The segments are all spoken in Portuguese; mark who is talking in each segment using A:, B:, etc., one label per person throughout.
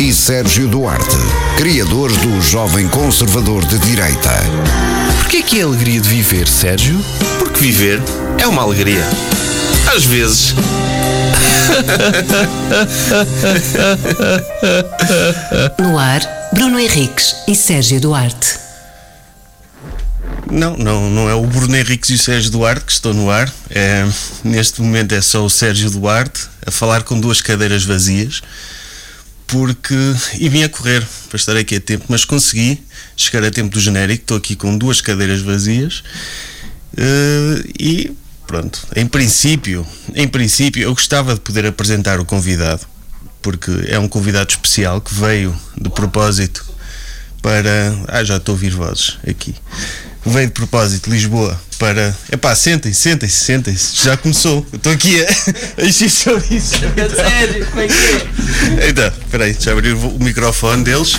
A: e Sérgio Duarte, criadores do Jovem Conservador de Direita.
B: Porquê que é a alegria de viver, Sérgio?
C: Porque viver é uma alegria. Às vezes.
D: No ar, Bruno Henriques e Sérgio Duarte.
C: Não, não, não é o Bruno Henriques e o Sérgio Duarte que estão no ar. É, neste momento é só o Sérgio Duarte a falar com duas cadeiras vazias. Porque. E vim a correr para estar aqui a tempo, mas consegui chegar a tempo do genérico. Estou aqui com duas cadeiras vazias. eh, e pronto, em princípio, em princípio, eu gostava de poder apresentar o convidado, porque é um convidado especial que veio de propósito para. Ah, já estou a ouvir vozes aqui. Veio de propósito de Lisboa para. Epá, sentem, sentem-se, sentem-se. Já começou. Eu Estou aqui a, a encher sorrisos.
E: Sério, como é que é?
C: Então, peraí, deixa eu abrir o o microfone deles.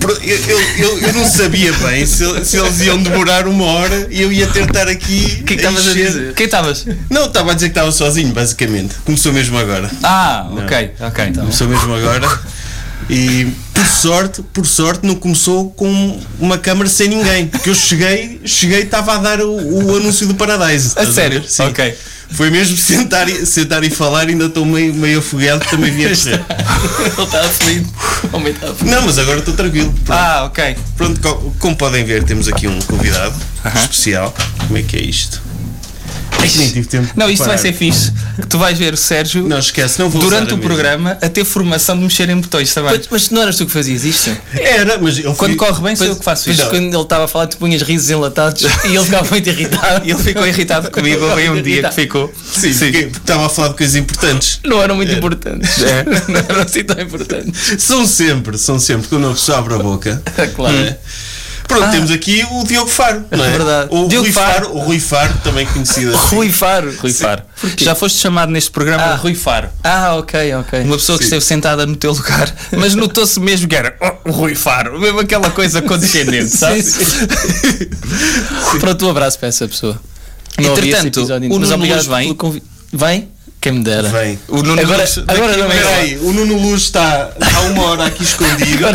C: Pro- Eu, eu- eu- eu não sabia bem se, se eles iam demorar uma hora e eu ia tentar aqui. O
E: que estavas a dizer? O que estavas?
C: Não, estava a dizer que estava sozinho, basicamente. Começou mesmo agora.
E: Ah, ok, ok, então.
C: Começou mesmo agora. E por sorte, por sorte, não começou com uma câmara sem ninguém. Porque eu cheguei, cheguei, estava a dar o, o anúncio do Paradise. estás
E: sério?
C: ver? Sim.
E: Ok.
C: Foi mesmo sentar e, sentar e falar, ainda estou meio, meio afogado, também vim a correr.
E: Ele estava
F: tá
E: feliz. O homem estava feliz.
C: Não, mas agora estou tranquilo. Pronto.
E: Ah,
C: É
E: ok.
C: Pronto, co- como podem ver, temos aqui um convidado especial. Como é que é isto? Nem tive tempo de
E: Não, isto vai
C: preparar.
E: ser fixe. Que tu vais ver o Sérgio
C: Não, esquece, não vou
E: durante
C: usar a
E: o
C: mesa.
E: programa a ter formação de mexer em botões também.
F: Mas, mas não eras tu que fazias isto?
C: Era, mas eu
E: Quando
C: fui-
E: corre bem, sou eu que faço
F: Mas
E: isto.
F: quando ele estava a falar, tu punhas risos enlatados e ele ficava muito irritado.
E: Ele ficou irritado comigo, houve um dia que ficou.
C: Sim, porque estava a falar de coisas importantes.
F: Não eram muito importantes.
E: É.
F: Não eram assim tão importantes.
C: São sempre, são sempre, quando uma pessoa abre a boca.
E: Tá
F: Claro.
C: Pronto, temos aqui o Diogo Faro, não é?
F: Verdade.
C: O
F: Diogo
C: Rui Faro.
F: Faro.
C: o Rui Faro, também conhecido assim.
F: Rui Faro.
E: Rui Faro.
F: Porquê?
E: Já foste chamado neste programa
F: Ah.
E: de Rui Faro.
F: Ah, ok, ok.
E: Uma pessoa que esteve sentada no teu lugar, mas notou-se mesmo que era "Oh, o Rui Faro, mesmo aquela coisa condescendente, sabe?
F: Pronto, um abraço para essa pessoa. Não ouvi esse
E: Entretanto,
F: episódio
E: o
F: ainda, mas
E: Nuno
F: obrigado
E: Luz vem.
F: pelo convi- Vem? Quem me dera.
C: Vem.
E: O Nuno
F: Agora-
E: Luz-
F: agora
E: daqui- um
F: não é
E: Peraí,
C: Peraí, o Nuno Luz está há uma hora aqui escondido.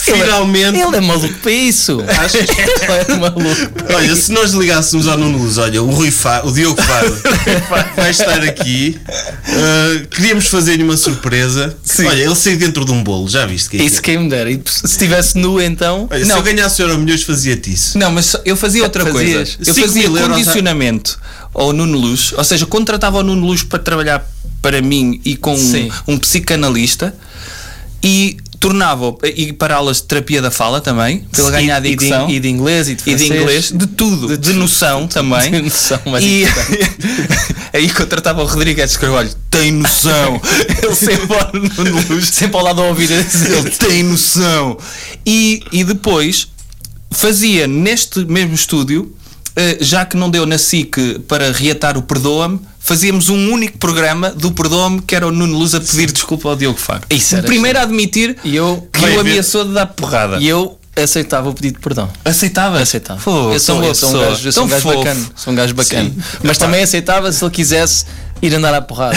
C: Finalmente.
F: Ele é maluco para isso.
C: Achas?
F: Ele é maluco.
C: Olha, se nós ligássemos ao Nuno Luz, olha, o Rui Faro, o Diogo Faro vai estar aqui. Ah, queríamos fazer-lhe uma surpresa. Olha, ele saiu dentro de um bolo, já viste que é
F: Isso quem me dera. E se estivesse nu, então.
C: Olha, se eu ganhasse euro milhões fazia-te isso.
E: Não, mas só- eu fazia outra
F: É, Fazias.
E: coisa. Eu
C: Cinco
E: fazia
C: mil euros,
E: condicionamento ao Nuno Luz, ou seja, contratava o Nuno Luz para trabalhar para mim e com um,
F: Sim.
E: um psicanalista e tornava e para aulas de terapia da fala também, para ele ganhar
F: e, e, de,
E: dicção.
F: e de inglês e de
E: e de
F: francês.
E: inglês, de tudo, de, noção também.
F: De noção, mas
E: e aí contratava o Rodrigues Carvalho, tem noção. Ele sempre ao, Nuno Luz, sempre ao lado a ouvir a dizer, ele tem noção. E, e depois fazia neste mesmo estúdio, eh, já que não deu na SIC para reatar o Perdoa-me, fazíamos um único programa do Perdoa-me que era o Nuno Luz a pedir desculpa ao Diogo Faro.
F: Isso
E: o
F: era
E: primeiro a admitir
F: E eu-
E: que
C: Vai
E: o
C: ver.
E: ameaçou de dar porrada.
F: E eu aceitava o pedido de perdão.
E: Aceitava?
F: Aceitava.
E: Pô,
F: eu sou,
E: boa
F: eu sou um
E: pessoa.
F: gajo, eu sou um
E: então Tão
F: gajo
E: fofo.
F: bacana. Sou um gajo bacana.
E: Sim.
F: Mas também aceitava se ele quisesse ir andar à porrada.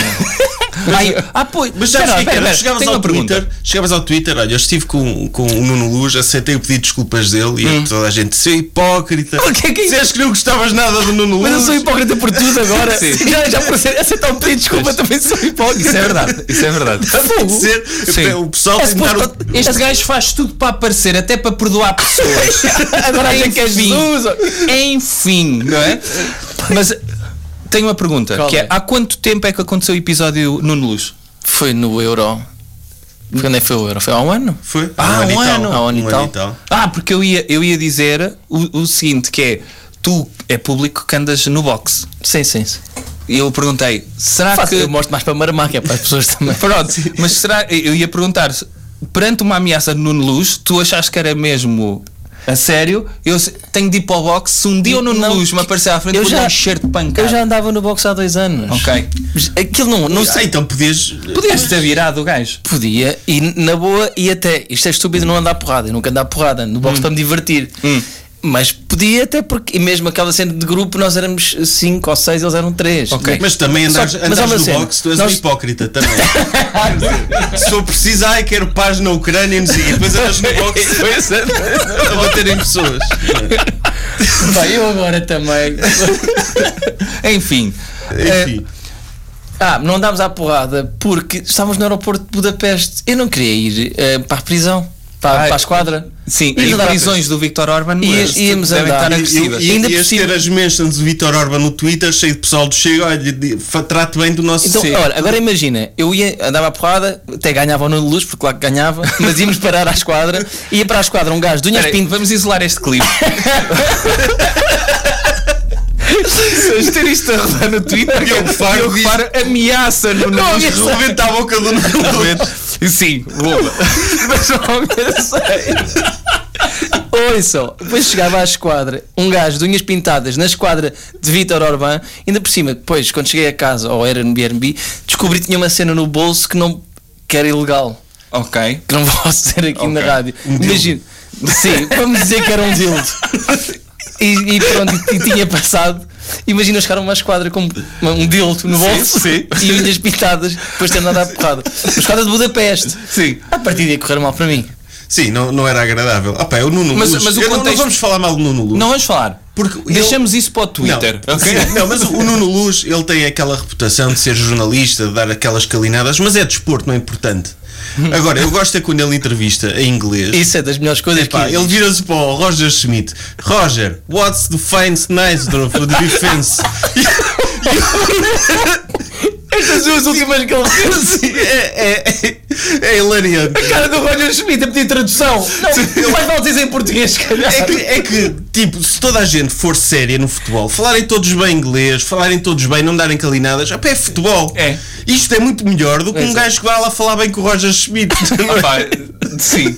E: Ai, ah, pois,
C: Mas já
E: espera,
C: fica,
E: espera, espera,
C: é? chegavas
E: tenho
C: ao
E: uma pergunta.
C: Twitter, chegavas ao Twitter, olha, eu estive com, com o Nuno Luz, aceitei o pedido de desculpas dele e é toda a gente, seu hipócrita.
F: Hum. O que é que é isso?
C: Dizes que não gostavas nada do Nuno Luz.
F: Mas eu sou hipócrita por tudo agora.
E: Sim.
F: já, já por ser- aceitar o pedido de desculpa também sou hipócrita.
E: Isso é verdade, isso é verdade.
C: Tem de ser-
E: Sim.
C: o pessoal
F: É
C: tem de dar
F: suposto
C: o-
E: Este gajo faz tudo para aparecer, até para perdoar pessoas.
F: Agora acha que é
E: Enfim.
F: Jesus.
E: Enfim, não é?
F: Ah,
E: Mas tenho uma pergunta,
F: Qual
E: que é,
F: é?
E: há quanto tempo é que aconteceu o episódio Nuno Luz?
F: Foi no Euro. Quando é que foi o Euro? Foi há um ano?
C: Foi?
E: Ah,
C: e
E: um
C: tal,
E: ano,
F: há um ano e tal.
E: Ah, porque eu ia, eu ia dizer o, o seguinte, que é, tu é público que andas no boxe.
F: Sim, sim. sim.
E: E eu perguntei, será
F: Faço-
E: que...
F: Eu mostro mais para Maramá, que é para as pessoas também.
E: Pronto, mas será. Eu ia perguntar se, perante uma ameaça de Nuno Luz, tu achaste que era mesmo. A sério, eu se- tenho de ir para o boxe. Se um dia o Nuno
F: Não,
E: Luz me aparecer à frente,
F: eu
E: vou já,
F: já-
E: encher de pancada.
F: Eu já andava no boxe há dois anos.
E: Ok.
F: Mas Aquilo não, não
C: Não sei, então podias.
E: Podias ter virado o gajo.
F: Podia,
E: Hum.
F: e na boa, e até isto é estúpido não andar porrada. Eu nunca andar porrada. No boxe para me divertir. Mas podia até porque, e mesmo aquela cena de grupo, nós éramos 5 ou 6, eles eram 3.
C: Ok, Mas também andas, andas no box, tu és um hipócrita também. Quer dizer, Se eu preciso, ai, quero paz na Ucrânia e não sei o quê, depois andas no box
E: é.
C: a bater em pessoas.
F: Vai, eu agora também.
E: Enfim. É,
C: Enfim,
F: Ah, não andámos à porrada porque estávamos no aeroporto de Budapeste. Eu não queria ir eh, para a prisão, para,
E: Ai,
F: para a esquadra.
E: Sim,
F: E
E: e
F: não dá-
E: prisões do Victor Orban
F: E-
E: mas
F: íamos
E: devem
C: e-
E: estar
F: andar.
C: e-
E: agressivas.
C: e-
F: Ainda por
C: ias
F: cima-
C: ter as mentions do Vitor Orban no Twitter, cheio de pessoal do Chega, olha, de- fa- trate bem do nosso
F: Então,
C: Sim.
F: olha, agora imagina, eu ia, andava à porrada, até ganhava no luz, porque lá que ganhava, mas íamos parar à esquadra, ia para a esquadra um gajo de unhas
E: Espera aí,
F: pinto,
E: vamos isolar este clipe. Se eu ter isto a rodar no Twitter,
C: Diogo Faro
E: Diogo
C: diz-
E: Faro ameaça no nariz.
C: Rebenta a boca do Nuno.
E: Sim, boa.
F: mas não sei. Ouçam, depois chegava à esquadra, um gajo de unhas pintadas na esquadra de Vítor Orbán, ainda por cima, depois, quando cheguei a casa, ou era no BNB, descobri que tinha uma cena no bolso que não que era ilegal.
E: Ok.
F: que não posso dizer aqui na
E: Ok. Um
F: rádio. Imagina, sim, vamos dizer que era um dildo. E, e pronto, e, e tinha passado. Imagina chegar a uma esquadra com uma- um dildo no bolso
E: sim.
F: e unhas pintadas, depois ter andado à porrada. Uma esquadra de Budapeste.
E: Sim.
F: A partir daí correr mal para mim.
C: Sim, não, não era agradável. Ah, pá, é o Nuno
E: Mas-
C: Luz.
E: mas o
C: Eu não-
E: contexto-
C: Não vamos falar mal do Nuno Luz.
E: Não vamos falar.
C: Porque ele-
E: Deixamos isso para o Twitter.
C: Não,
E: ok?
C: sim, não, mas o Nuno Luz, ele tem aquela reputação de ser jornalista, de dar aquelas calinadas, mas é desporto, não é importante. Agora, eu gosto é quando ele entrevista em inglês.
F: Isso é das melhores coisas
C: Epá,
F: que
C: ele vira-se para o Roger Schmidt. Roger, what's the fines nice for the defense?
F: Estas duas últimas que ele fez.
C: é, é, é, é hilariante.
F: Cara do Roger Schmidt a pedir tradução. Não, mais vale dizer em português, se calhar.
C: É que, é que, tipo, se toda a gente for séria no futebol, falarem todos bem inglês, falarem todos bem, não darem calinadas, ah, pá, é futebol.
E: É.
C: Isto é muito melhor do que um gajo que vai lá falar bem com o Roger Schmidt. não é?
E: Pá, sim.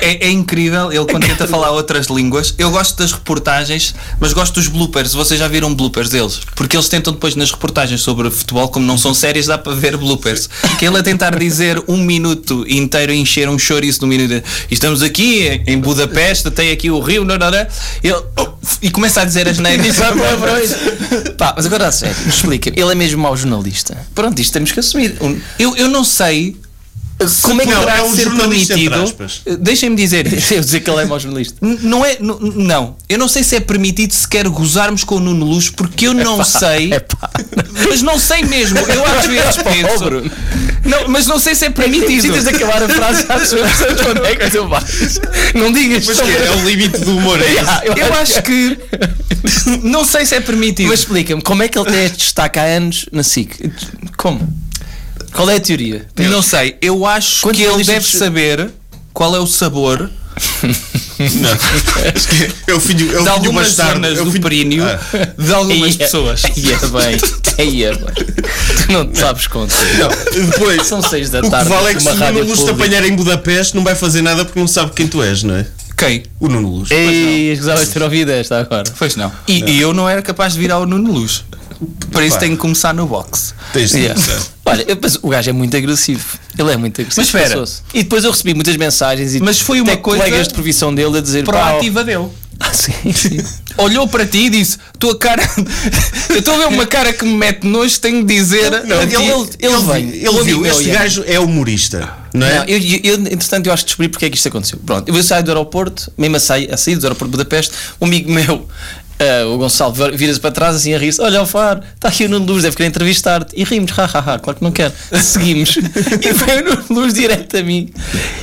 E: É, é incrível ele quando tenta falar outras línguas. Eu gosto das reportagens, mas gosto dos bloopers. Vocês já viram bloopers deles? Porque eles tentam depois nas reportagens sobre futebol, como não são sérias, dá para ver bloopers. Que ele a tentar dizer um minuto inteiro e encher um chouriço no minuto. Estamos aqui em Budapeste, tem aqui o Rio, não, não, não. Ele, oh, e começa a dizer as neiras.
F: é Pá, mas agora a sério, explica. Ele é mesmo mau jornalista. Pronto, isto temos que assumir. Um-
E: Eu, eu não sei. Como é que
C: Não,
E: terá
C: é
E: de
C: um
E: ser
C: jornalista, entre
E: permitido? Eh,
C: aspas.
E: Deixem-me dizer isto.
F: Eu dizer que ele é mau jornalista.
E: N- Não é. n- n- Não. Eu não sei se é permitido sequer gozarmos com o Nuno Luz, porque eu não sei.
F: epá.
E: Mas não sei mesmo. Eu às vezes
F: Oh,
E: penso.
F: Bruno.
E: Não, mas não sei se é permitido.
F: Precisas de acabar a frase, já percebes onde é que tu vais. Não digas.
C: Mas que é, é o limite do humor, é isso?
F: Ah, eu-
E: Eu acho que. Não sei se é permitido.
F: Mas explica-me, como é que ele tem este destaque há anos na SIC? Como? Qual é a teoria?
E: não sei. Eu acho
F: Quantos
E: que ele deve
F: jornalistas-
E: saber qual é o sabor
C: Não. Acho que É o filho, é o
E: de
C: filho
E: algumas
C: bastardo.
E: zonas
C: é o
E: do
C: filho...
E: períneo
C: Ah.
E: de algumas
F: Ia-
E: pessoas.
F: Ia é- bem, ia bem. Tu não te sabes conta.
C: Não, depois,
F: São seis da
C: o que
F: tarde,
C: vale é que se
F: uma
C: o Nuno
F: rádio
C: Luz te
F: pública.
C: apanhar em Budapeste, não vai fazer nada porque não sabe quem tu és, não é?
E: Quem?
C: O Nuno Luz.
F: Ei, as gozavas de ter ouvido esta agora.
E: Pois não. E, e eu não era capaz de virar o Nuno Luz. Para isso
C: Pá.
E: tenho que começar no boxe.
C: Tens de
F: Yeah.
C: começar.
F: Olha, eu penso- o gajo é muito agressivo. Ele é muito agressivo.
E: Mas espera.
F: pessoa-se. E depois eu recebi muitas mensagens e
E: Mas foi
F: até
E: uma coisa
F: colegas de previsão dele a dizer pá, ó-
E: Proativa deu.
F: Ah, sim, sim.
E: Olhou para ti e disse: Tua cara. eu estou a ver uma cara que me mete nojo, tenho de dizer.
C: Não,
E: a ti."
C: ele, ele,
F: ele
C: ele,
F: vem.
C: viu,
F: Ele viu,
C: este
F: yeah.
C: gajo é humorista, não é?
F: Não, eu, eu- eu, entretanto, eu acho que descobri porque é que isto aconteceu. Pronto, eu saio do aeroporto, mesmo a sair, a sair do aeroporto de Budapeste, um amigo meu, ah, o Gonçalo, vir- vira-se para trás assim a rir-se: Olha, o Faro, está aqui o Nuno Luz, deve querer entrevistar-te. E rimos, ha, ha, ha, claro que não quer. Seguimos. e vem o Nuno Luz direto a mim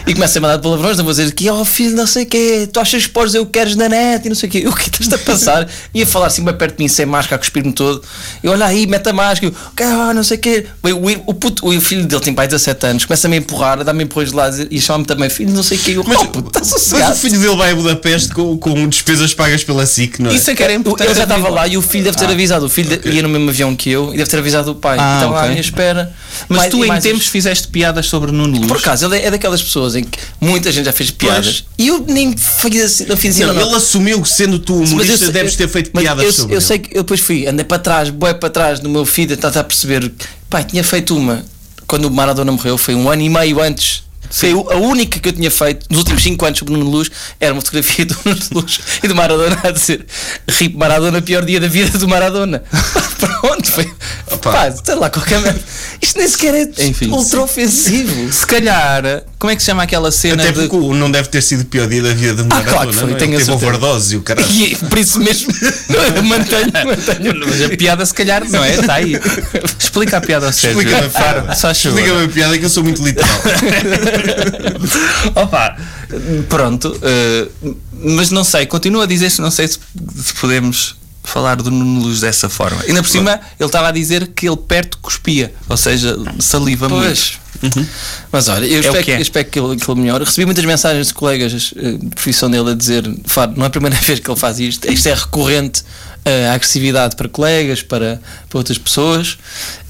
F: e começa a mandar palavrões. Não vou dizer aqui, oh filho, não sei o quê, tu achas que podes dizer o que queres na net e não sei o quê. O que estás a passar? E a falar assim, bem perto de mim, sem máscara, a cuspir-me todo. E olha aí, mete a máscara, eu, "Ok, ah, não sei o quê. Bem, o, o puto- o filho dele tem pai de 17 anos, começa-me a empurrar, a dar-me empurrões de lá e chama-me também filho, não sei o quê. Eu,
C: Mas,
F: oh, puto, está sossegado.
C: mas o filho dele vai a Budapeste com, com despesas pagas pela SIC, não é?
E: Isso é que era importante.
F: Ele já estava
E: averiguar.
F: lá e o filho deve ter avisado. O filho de- ia no mesmo avião que eu e deve ter avisado o pai.
E: Ah,
F: estava lá à
E: ok.
F: minha espera.
E: Mas
F: Mais-
E: tu,
F: e
E: em
F: mais-
E: tempos, fizeste piadas sobre Nuno Luz.
F: Por acaso, ele é daquelas pessoas em que muita gente já fez piadas e eu nem fiz assim, não fiz assim.
C: Não,
F: não.
C: ele assumiu que sendo tu humorista
F: sei-
C: deves ter feito
F: mas
C: piadas
F: eu,
C: sobre
F: eu
C: ele.
F: sei que eu depois fui, andei para trás, boi para trás no meu feed a tentar perceber. Pai, tinha feito uma quando o Maradona morreu, foi um ano e meio antes Foi a única que eu tinha feito nos últimos 5 anos sobre o Nuno Luz era uma fotografia do Nuno Luz e do Maradona a dizer Rip Maradona, pior dia da vida do Maradona. Pronto, foi. Pá, sei lá, qualquer merda. Isto nem sequer é
E: Enfim,
F: ultra ofensivo.
E: Se calhar, como é que se chama aquela cena
C: Até
E: de-
C: porque o- não deve ter sido o pior dia da vida de
F: é Ah, claro
C: Maradona.
F: que foi,
C: não é?
F: tenho a
C: Ele teve
F: certeza.
C: overdose e o caralho.
F: E é por isso mesmo, eu mantenho, mantenho.
E: Mas a piada se calhar não é, está aí. Explica a piada ao Sérgio. Ah,
C: Explica-me a piada.
E: Só achou.
C: Explica-me a piada que eu sou muito literal.
E: Opa, pronto, eh,
F: uh,
E: mas não sei, continuo a dizer se não sei se, se podemos falar do Nuno Luz dessa forma. Ainda por cima, ele estava a dizer que ele perto cuspia, ou seja, saliva
F: Pois. Uhum.
E: mesmo.
F: Mas olha, eu espero,
E: o que
F: que,
E: é.
F: eu espero que, ele, que ele melhore. Recebi muitas mensagens de colegas eh, de profissão dele a dizer: Fábio, não é a primeira vez que ele faz isto, isto é recorrente eh, a agressividade para colegas, para, para outras pessoas,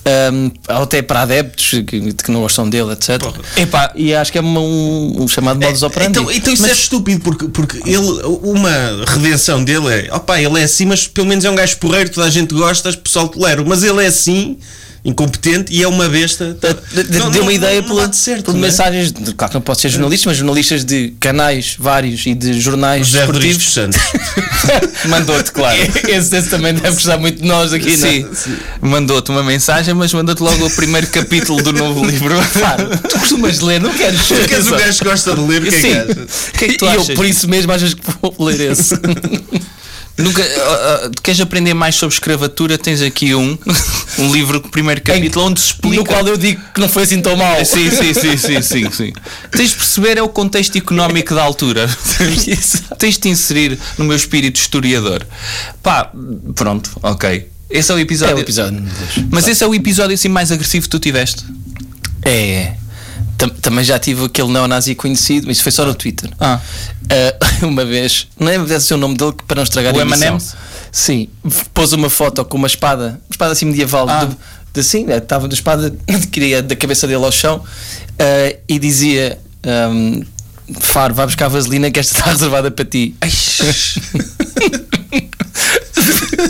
F: ahm, ou até para adeptos que, que não gostam dele, etc.
E: Epá,
F: E acho que é uma- um, um chamado modus operandi.
C: Então, então isso é estúpido, porque, porque ele, uma redenção dele é opá, ele é assim, mas pelo menos é um gajo porreiro, toda a gente gosta, o pessoal tolera. Mas ele é assim, incompetente e é uma besta.
F: De- de-
C: Não-
F: deu
C: não-
F: uma ideia
C: não
F: pela,
C: bate certo,
F: por
C: não é?
F: mensagens, de- claro que não posso ser jornalista, mas jornalistas de canais vários e de jornais
C: José Rodrigues
F: esportivos
C: dos Santos.
E: mandou-te, claro.
F: esse, esse também deve gostar muito de nós aqui, não é?
E: Sim, mandou-te uma mensagem, mas mandou-te logo o primeiro capítulo do novo livro.
F: Claro, tu costumas ler, não queres?
C: Tu queres um gajo que gosta de ler, quem
F: Sim.
C: é
E: O que é que tu
F: e eu
E: achas disso?
F: por isso mesmo achas que vou ler esse.
E: Nunca, ah, ah, queres aprender mais sobre escravatura? Tens aqui um, um livro, o primeiro capítulo, onde se explica.
F: no qual eu digo que não foi assim tão mal.
E: Sim, sim, sim, sim, sim, sim. Tens de perceber é o contexto económico da altura. Tens de inserir no meu espírito historiador. Pá, pronto, ok. Esse é o episódio.
F: É o episódio. Tá. meu Deus.
E: Mas esse é o episódio assim mais agressivo que tu tiveste.
F: É. Tam- também já tive aquele neonazi conhecido, mas isso foi só no Twitter.
E: Ah.
F: Ah, uma vez, não é deve ser o nome dele que- para não estragar
E: O
F: a emissão.
E: M&M's?
F: Sim, f- pôs uma foto com uma espada, uma espada assim medieval,
E: Ah.
F: de, de assim, né, estava de espada, queria da cabeça dele ao chão ah, e dizia: ahm, Faro, vai buscar a vaselina que esta está reservada para ti.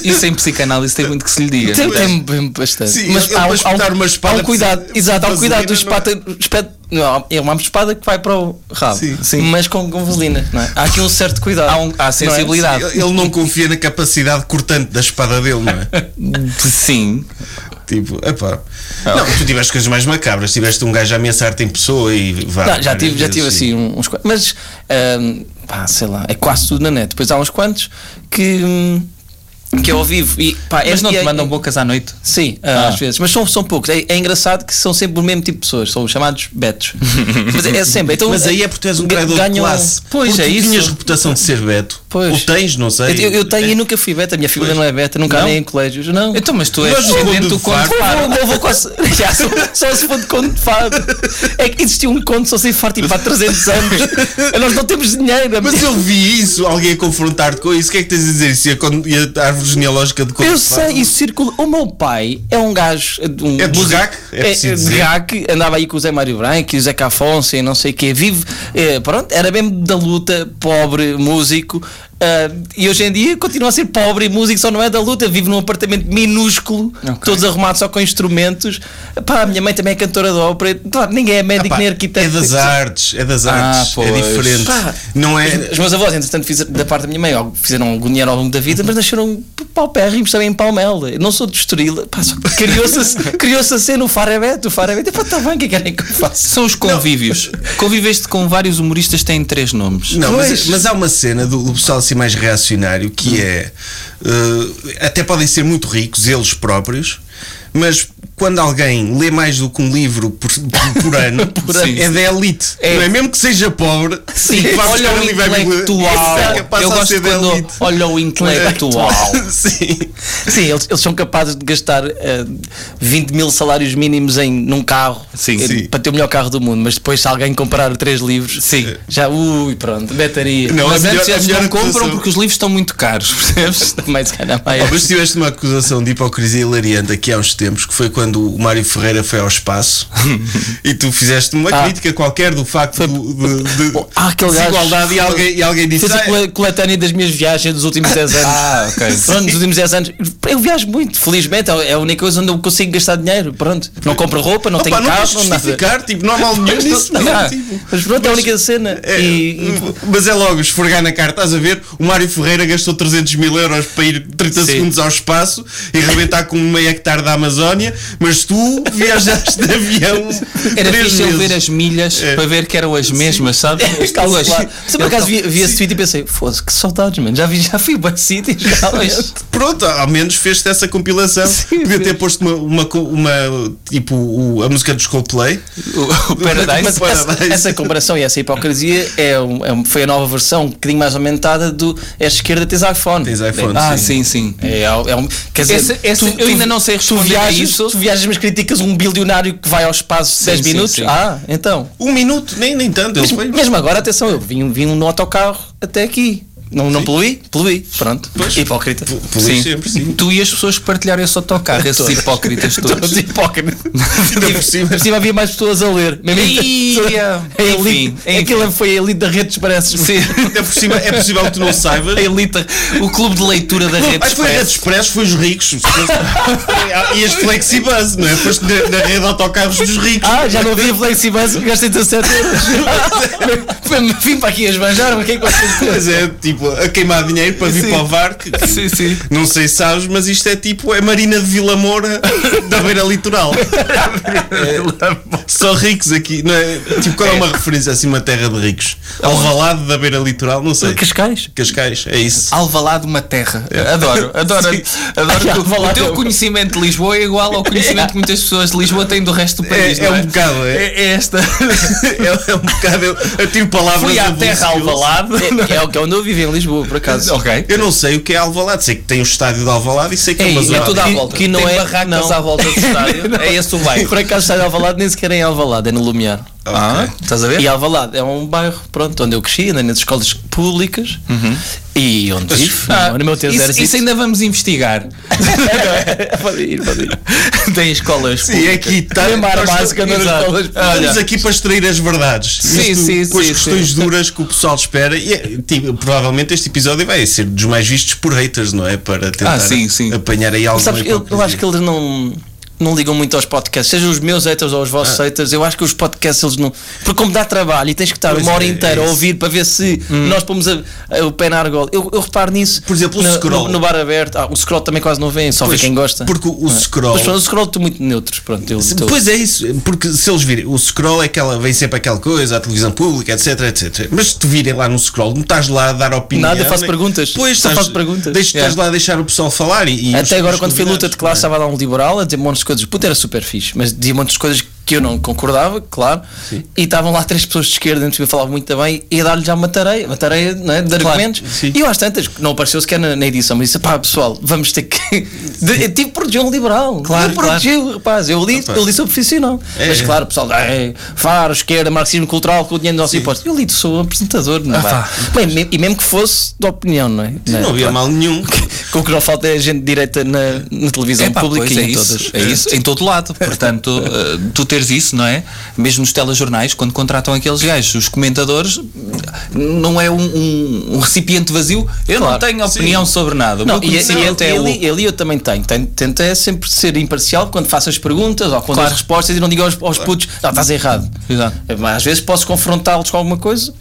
E: Isso em psicanálise tem muito que se lhe diga.
F: Tem,
E: não é?
F: tem bem bastante.
C: Sim, ele depois botar uma espada
F: há um cuidado,
C: de-
F: exato, há um
C: de
F: cuidado do
C: vaselina,
F: espata, espet- não, é uma espada que vai para o rabo,
C: Sim.
F: mas com, com vaselina. Não é? Há aqui um certo cuidado,
E: Há, um- há
F: não é?
E: sensibilidade.
C: Ele ele não confia na capacidade cortante da espada dele, não é?
E: Sim.
C: Tipo, epá.
F: Ah.
C: Não, tu tiveste coisas mais macabras, tiveste um gajo a ameaçar-te em pessoa e vá.
F: Não, já tive, já
C: várias
F: tive
C: vezes,
F: assim uns quantos, mas ahm, pá, sei lá, é quase tudo na net. Depois há uns quantos que, hum, que é ao vivo e pá,
E: Mas
F: é-
E: não
F: e
E: te
F: é-
E: mandam bocas à noite?
F: Sim,
E: Ah.
F: às vezes, mas são, são poucos. É, é engraçado que são sempre o mesmo tipo de pessoas, são os chamados betos. mas é, é sempre. Então,
C: Mas aí é porque tu és um
F: ga-
C: criador de
F: ganham-
C: classe.
F: Pois
C: porque
F: é
C: tu
F: isso.
C: tinhas reputação de ser Beto.
F: Pois.
C: Ou tens, não sei.
F: Eu, eu tenho e nunca fui beta, a minha filha não é beta, nunca
E: Não?
F: andei em colégios, não.
E: Então, mas tu és
C: Mas o
E: descendente
C: Conde
E: do
C: de
E: Conde
C: Faro-
E: de Faro.
F: Eu vou- eu vou quase. Já, só, só se for de conto de fado. É que existiu um conto só sem farto tipo, há 300 anos. Nós não temos dinheiro. é
C: Mas eu vi isso, alguém a confrontar-te com isso. O que é que tens a dizer? Isso é con- e a árvore genealógica de
F: Eu sei, isso circula. O meu pai é um gajo. de Um
C: É de
F: músico-
C: GAC, é
F: é,
C: preciso
F: de
C: dizer.
F: GAC, andava aí com o Zé Mário Branco e o Zeca Afonso e não sei o quê. Vive. eh, pronto, era mesmo da luta, pobre, músico. ah, e hoje em dia continua a ser pobre e músico, só não é da luta. Vive num apartamento minúsculo, todos arrumados só com instrumentos. Pá, a minha mãe também é cantora de ópera. Pá, ninguém é médico nem
C: é
F: arquiteto. Ah,
C: das artes, é das artes, é
E: pois.
C: diferente.
F: Pá.
C: Não é.
F: Os meus avós, entretanto, fizeram, da parte da minha mãe, algo- fizeram algum dinheiro ao longo da vida, mas nasceram paupérrimos também em Palmela. Eu Não sou de Estoril. Pá, só que Criou-se criou a cena o Farabete, o Farabete. Pá, está bem, o que é que querem que eu faça?
E: São os convívios. Conviveste com vários humoristas que têm três nomes.
C: Não, mas, mas há uma cena do, do pessoal assim mais reacionário que é. eh, até podem ser muito ricos, eles próprios, mas quando alguém lê mais do que um livro por, por- por ano,
E: ano.
C: é da elite.
E: É.
C: Não é mesmo que seja pobre,
F: Sim,
C: que vá
F: olha
C: buscar
F: o
C: um livro à biblioteca, isso
F: intelectual.
C: é que passa
E: Eu
C: a
E: gosto
C: ser É, da
E: quando-
C: elite.
F: Olha o intelectual.
C: Sim.
F: Sim, eles, eles são capazes de gastar eh, 20 mil salários mínimos em, num carro
E: Sim,
F: eh,
C: sim.
F: para ter o melhor carro do mundo, mas depois, se alguém comprar três livros,
E: Sim.
F: já, ui, pronto, betaria.
C: Não,
E: Mas
C: a
E: antes
C: melhor- a
E: eles
C: melhor
E: não compram
C: acusação-
E: porque os livros estão muito caros, percebes?
F: mais, se calhar, mais.
C: Oh, mas tiveste uma acusação de hipocrisia hilariante aqui há uns tempos, que foi quando o Mário Ferreira foi ao espaço e tu fizeste uma
F: Ah.
C: crítica qualquer do facto do- de, de
F: ah, aquele gajo-
C: desigualdade e alguém, e alguém disse.
F: Fiz a
C: "Ah,
F: cole- coletânea das minhas viagens dos últimos 10 anos.
E: Ah, ok.
F: Pronto, nos últimos 10 anos. Eu viajo muito, felizmente. É a única coisa onde eu consigo gastar dinheiro. Pronto. Não compro roupa, não
C: opa,
F: tenho
C: não
F: carro,
C: tens de
F: não nada.
C: justificar, tipo, não há mal nenhum nisso.
F: Não,
C: não,
F: não.
C: tipo.
F: Mas pronto, é a única cena.
C: É,
F: E- e
C: mas é logo esfregar na carta, estás a ver? O Mário Ferreira gastou 300 mil euros para ir 30
E: Sim.
C: segundos ao espaço e arrebentar com meio hectare da Amazónia, mas tu viajaste de avião.
E: Era
C: três
E: fixe ele
C: meses.
E: ver as milhas
C: É.
E: para ver que eram as mesmas, sabe? Tipo, Este
F: Calma,
E: gajo-
F: claro. Se por
E: ele
F: acaso
E: tá-
F: vi, vi esse tweet e pensei, foda-se, que saudades, mano. Já, vi, já fui bem sítios.
E: Pois.
C: Pronto, ao menos fez-te essa compilação. Podia ter posto uma, uma, co- uma, tipo o- a música dos Coldplay.
E: O, o Paradise.
F: Mas essa,
C: Paradise.
F: essa comparação e essa hipocrisia é um- é um- foi a nova versão, um bocadinho mais aumentada do é esquerda tens iPhone.
C: Tens iPhone.
E: Ah,
C: sim.
E: sim, sim.
F: É, é um- é um- quer dizer,
E: Essa- essa- eu ainda não sei
F: tu
E: responder a
F: viajas,
E: é isso.
F: Tu viajas, mas criticas um bilionário que vai ao espaço 10
E: sim,
F: minutos.
E: sim.
F: Ah, então.
C: Um minuto, nem, nem tanto. Ele
F: Mesmo,
C: foi.
F: mesmo agora, atenção, eu vim, um vim no autocarro até aqui. Não, não poluí? Poluí. Pronto. Hipócrita.
C: Por sempre, sim.
E: Tu e as pessoas partilharam esse autocarro, esses
F: Todos.
E: hipócritas
F: Todos
E: todos.
F: hipócritas.
C: Ainda por cima.
F: Por cima havia mais pessoas a ler. Mesmo
E: Ia.
F: a é elite.
E: Enfim,
F: Aquilo foi a elite da redes, parece.
E: Sim.
C: Ainda por cima, é possível que tu não saibas.
E: A elite, o clube de leitura da rede.
C: Ai, foi a
E: Express.
C: rede expresso, foi os ricos. e as flexibus, não é? Foste na, na rede de autocarros dos ricos.
F: Ah, já não havia flexibus, gastei 17 euros. Vim para aqui a esbanjar, mas o que é que vocês
C: Pois é, tipo, a queimar dinheiro para vir
E: Sim.
C: para o VAR. tipo. que- que-
E: Sim, sim.
C: Não sei se sabes, mas isto é tipo, é Marina de Vila Moura da beira litoral. É, só ricos aqui, não é? Tipo, qual é uma referência assim, uma terra de ricos? Alvalade da beira litoral, não sei.
F: Cascais?
C: Cascais, é isso.
E: Alvalade uma terra. Adoro, adoro.
C: Sim.
E: adoro
F: Ah,
E: que o- o
F: Alvalade é
E: teu
F: o-
E: conhecimento de Lisboa é igual ao conhecimento que muitas pessoas de Lisboa têm do resto do país.
C: É- é
E: não
C: um bocado, é.
E: é esta.
C: É, é um bocado, eu, eu tive palavras.
E: Fui à
C: avulsivas.
E: terra Alvalade.
F: É, é o que é onde eu vivi em Lisboa, por acaso.
E: Ok.
C: Eu não sei o que é Alvalade, sei que tem o estádio de Alvalade e sei que é,
F: Ei,
C: uma
F: é
C: zona.
F: tudo à
E: Que-
F: volta.
E: que não
F: Tem
E: é-
F: barracas
E: não.
F: à volta do estádio.
E: É esse o bairro.
F: Por acaso, está em Alvalade, nem sequer é em Alvalade, é no Lumiar.
E: Ah, estás a ver?
F: E Alvalade é um bairro, pronto, onde eu cresci, andei nas escolas públicas e onde vivo.
E: Ah,
F: no- no meu tempo
E: isso,
F: era
E: isso ainda vamos investigar.
F: pode ir, pode ir.
E: Tem escolas.
C: Sim, é aqui está.
F: Mesmo a
C: nós
F: básica nas
E: Exato.
F: escolas.
C: Estamos aqui para extrair as verdades.
E: Sim, sim,
C: com as
E: sim,
C: questões duras que o pessoal espera. E, é, tipo, provavelmente este episódio vai ser dos mais vistos por haters, não é? Para tentar
E: Ah, sim, sim.
C: apanhar aí alguma
F: Sabes, eu, eu
C: é hipocrisia.
F: acho que eles não. Não ligam muito aos podcasts, sejam os meus haters ou os vossos
C: Ah.
F: haters, eu acho que os podcasts eles não. Porque como dá trabalho e tens que estar
C: Pois
F: uma hora
C: é, é
F: inteira a
C: isso. Hum.
F: ouvir para ver se nós pomos a- a- o pé na argola. Eu, eu reparo nisso.
C: Por exemplo, o
F: no,
C: scroll.
F: No, no bar aberto. Ah, o scroll também quase não vem, só
C: Pois,
F: vê quem gosta. Ah. é?
C: Porque o o scroll.
F: Mas pronto, o scroll estou muito neutros. Pronto, eu, estou-
C: Pois é isso, porque se eles virem, o scroll é aquela, vem sempre aquela coisa, a televisão pública, etc, etc. Mas se te virem lá no scroll, não estás lá a dar opinião.
F: Nada, faço
C: nem-
F: perguntas.
C: Pois,
F: Só
C: estás,
F: faço perguntas.
C: Deixa,
F: Yeah.
C: Estás lá a deixar o pessoal falar e. e os-
F: Até agora,
C: os
F: quando foi luta
C: convidados,
F: de classe,
C: não é?
F: estava lá um liberal a dizer montes de coisas. Puta, era super fixe, mas dizia montes de coisas que eu não concordava, claro. E estavam lá três pessoas de esquerda, antes de falar muito bem, e a dar-lhe já uma tareia, uma tareia não é, de argumentos.
C: sim.
F: E eu às tantas, que não apareceu sequer na, na edição, mas disse: pá, pessoal, vamos ter que. De, eu tive que proteger um liberal.
E: Claro,
F: eu protegi, rapaz. Eu li,
C: Opa.
F: eu li sou profissional.
C: É,
F: mas
C: é.
F: claro, o pessoal, é, faro, esquerda, marxismo cultural, com o dinheiro dos nossos impostos. Eu li, sou apresentador, não é? Bem, me- e mesmo que fosse de opinião, não é?
C: Ah, Não havia mal nenhum.
F: Com o que não falta é gente direita na, na televisão
E: Epá,
F: pública
E: pois
F: e
E: é
F: em
E: isso,
F: todas.
E: É isso, em todo lado. Portanto, eh, tu teres isso, não é? Mesmo nos telejornais, quando contratam aqueles gajos, os comentadores, não é um, um- um recipiente vazio. Eu não tenho opinião sobre nada. O
F: Não,
E: meu
F: e, e
E: conhecimento
F: ele,
E: é o-
F: ele, ele eu também tenho. Tenho- Tento é sempre ser imparcial quando faço as perguntas ou quando as respostas e não digo aos, aos putos, não, estás errado. É,
E: Exato.
F: Mas às vezes posso confrontá-los com alguma coisa.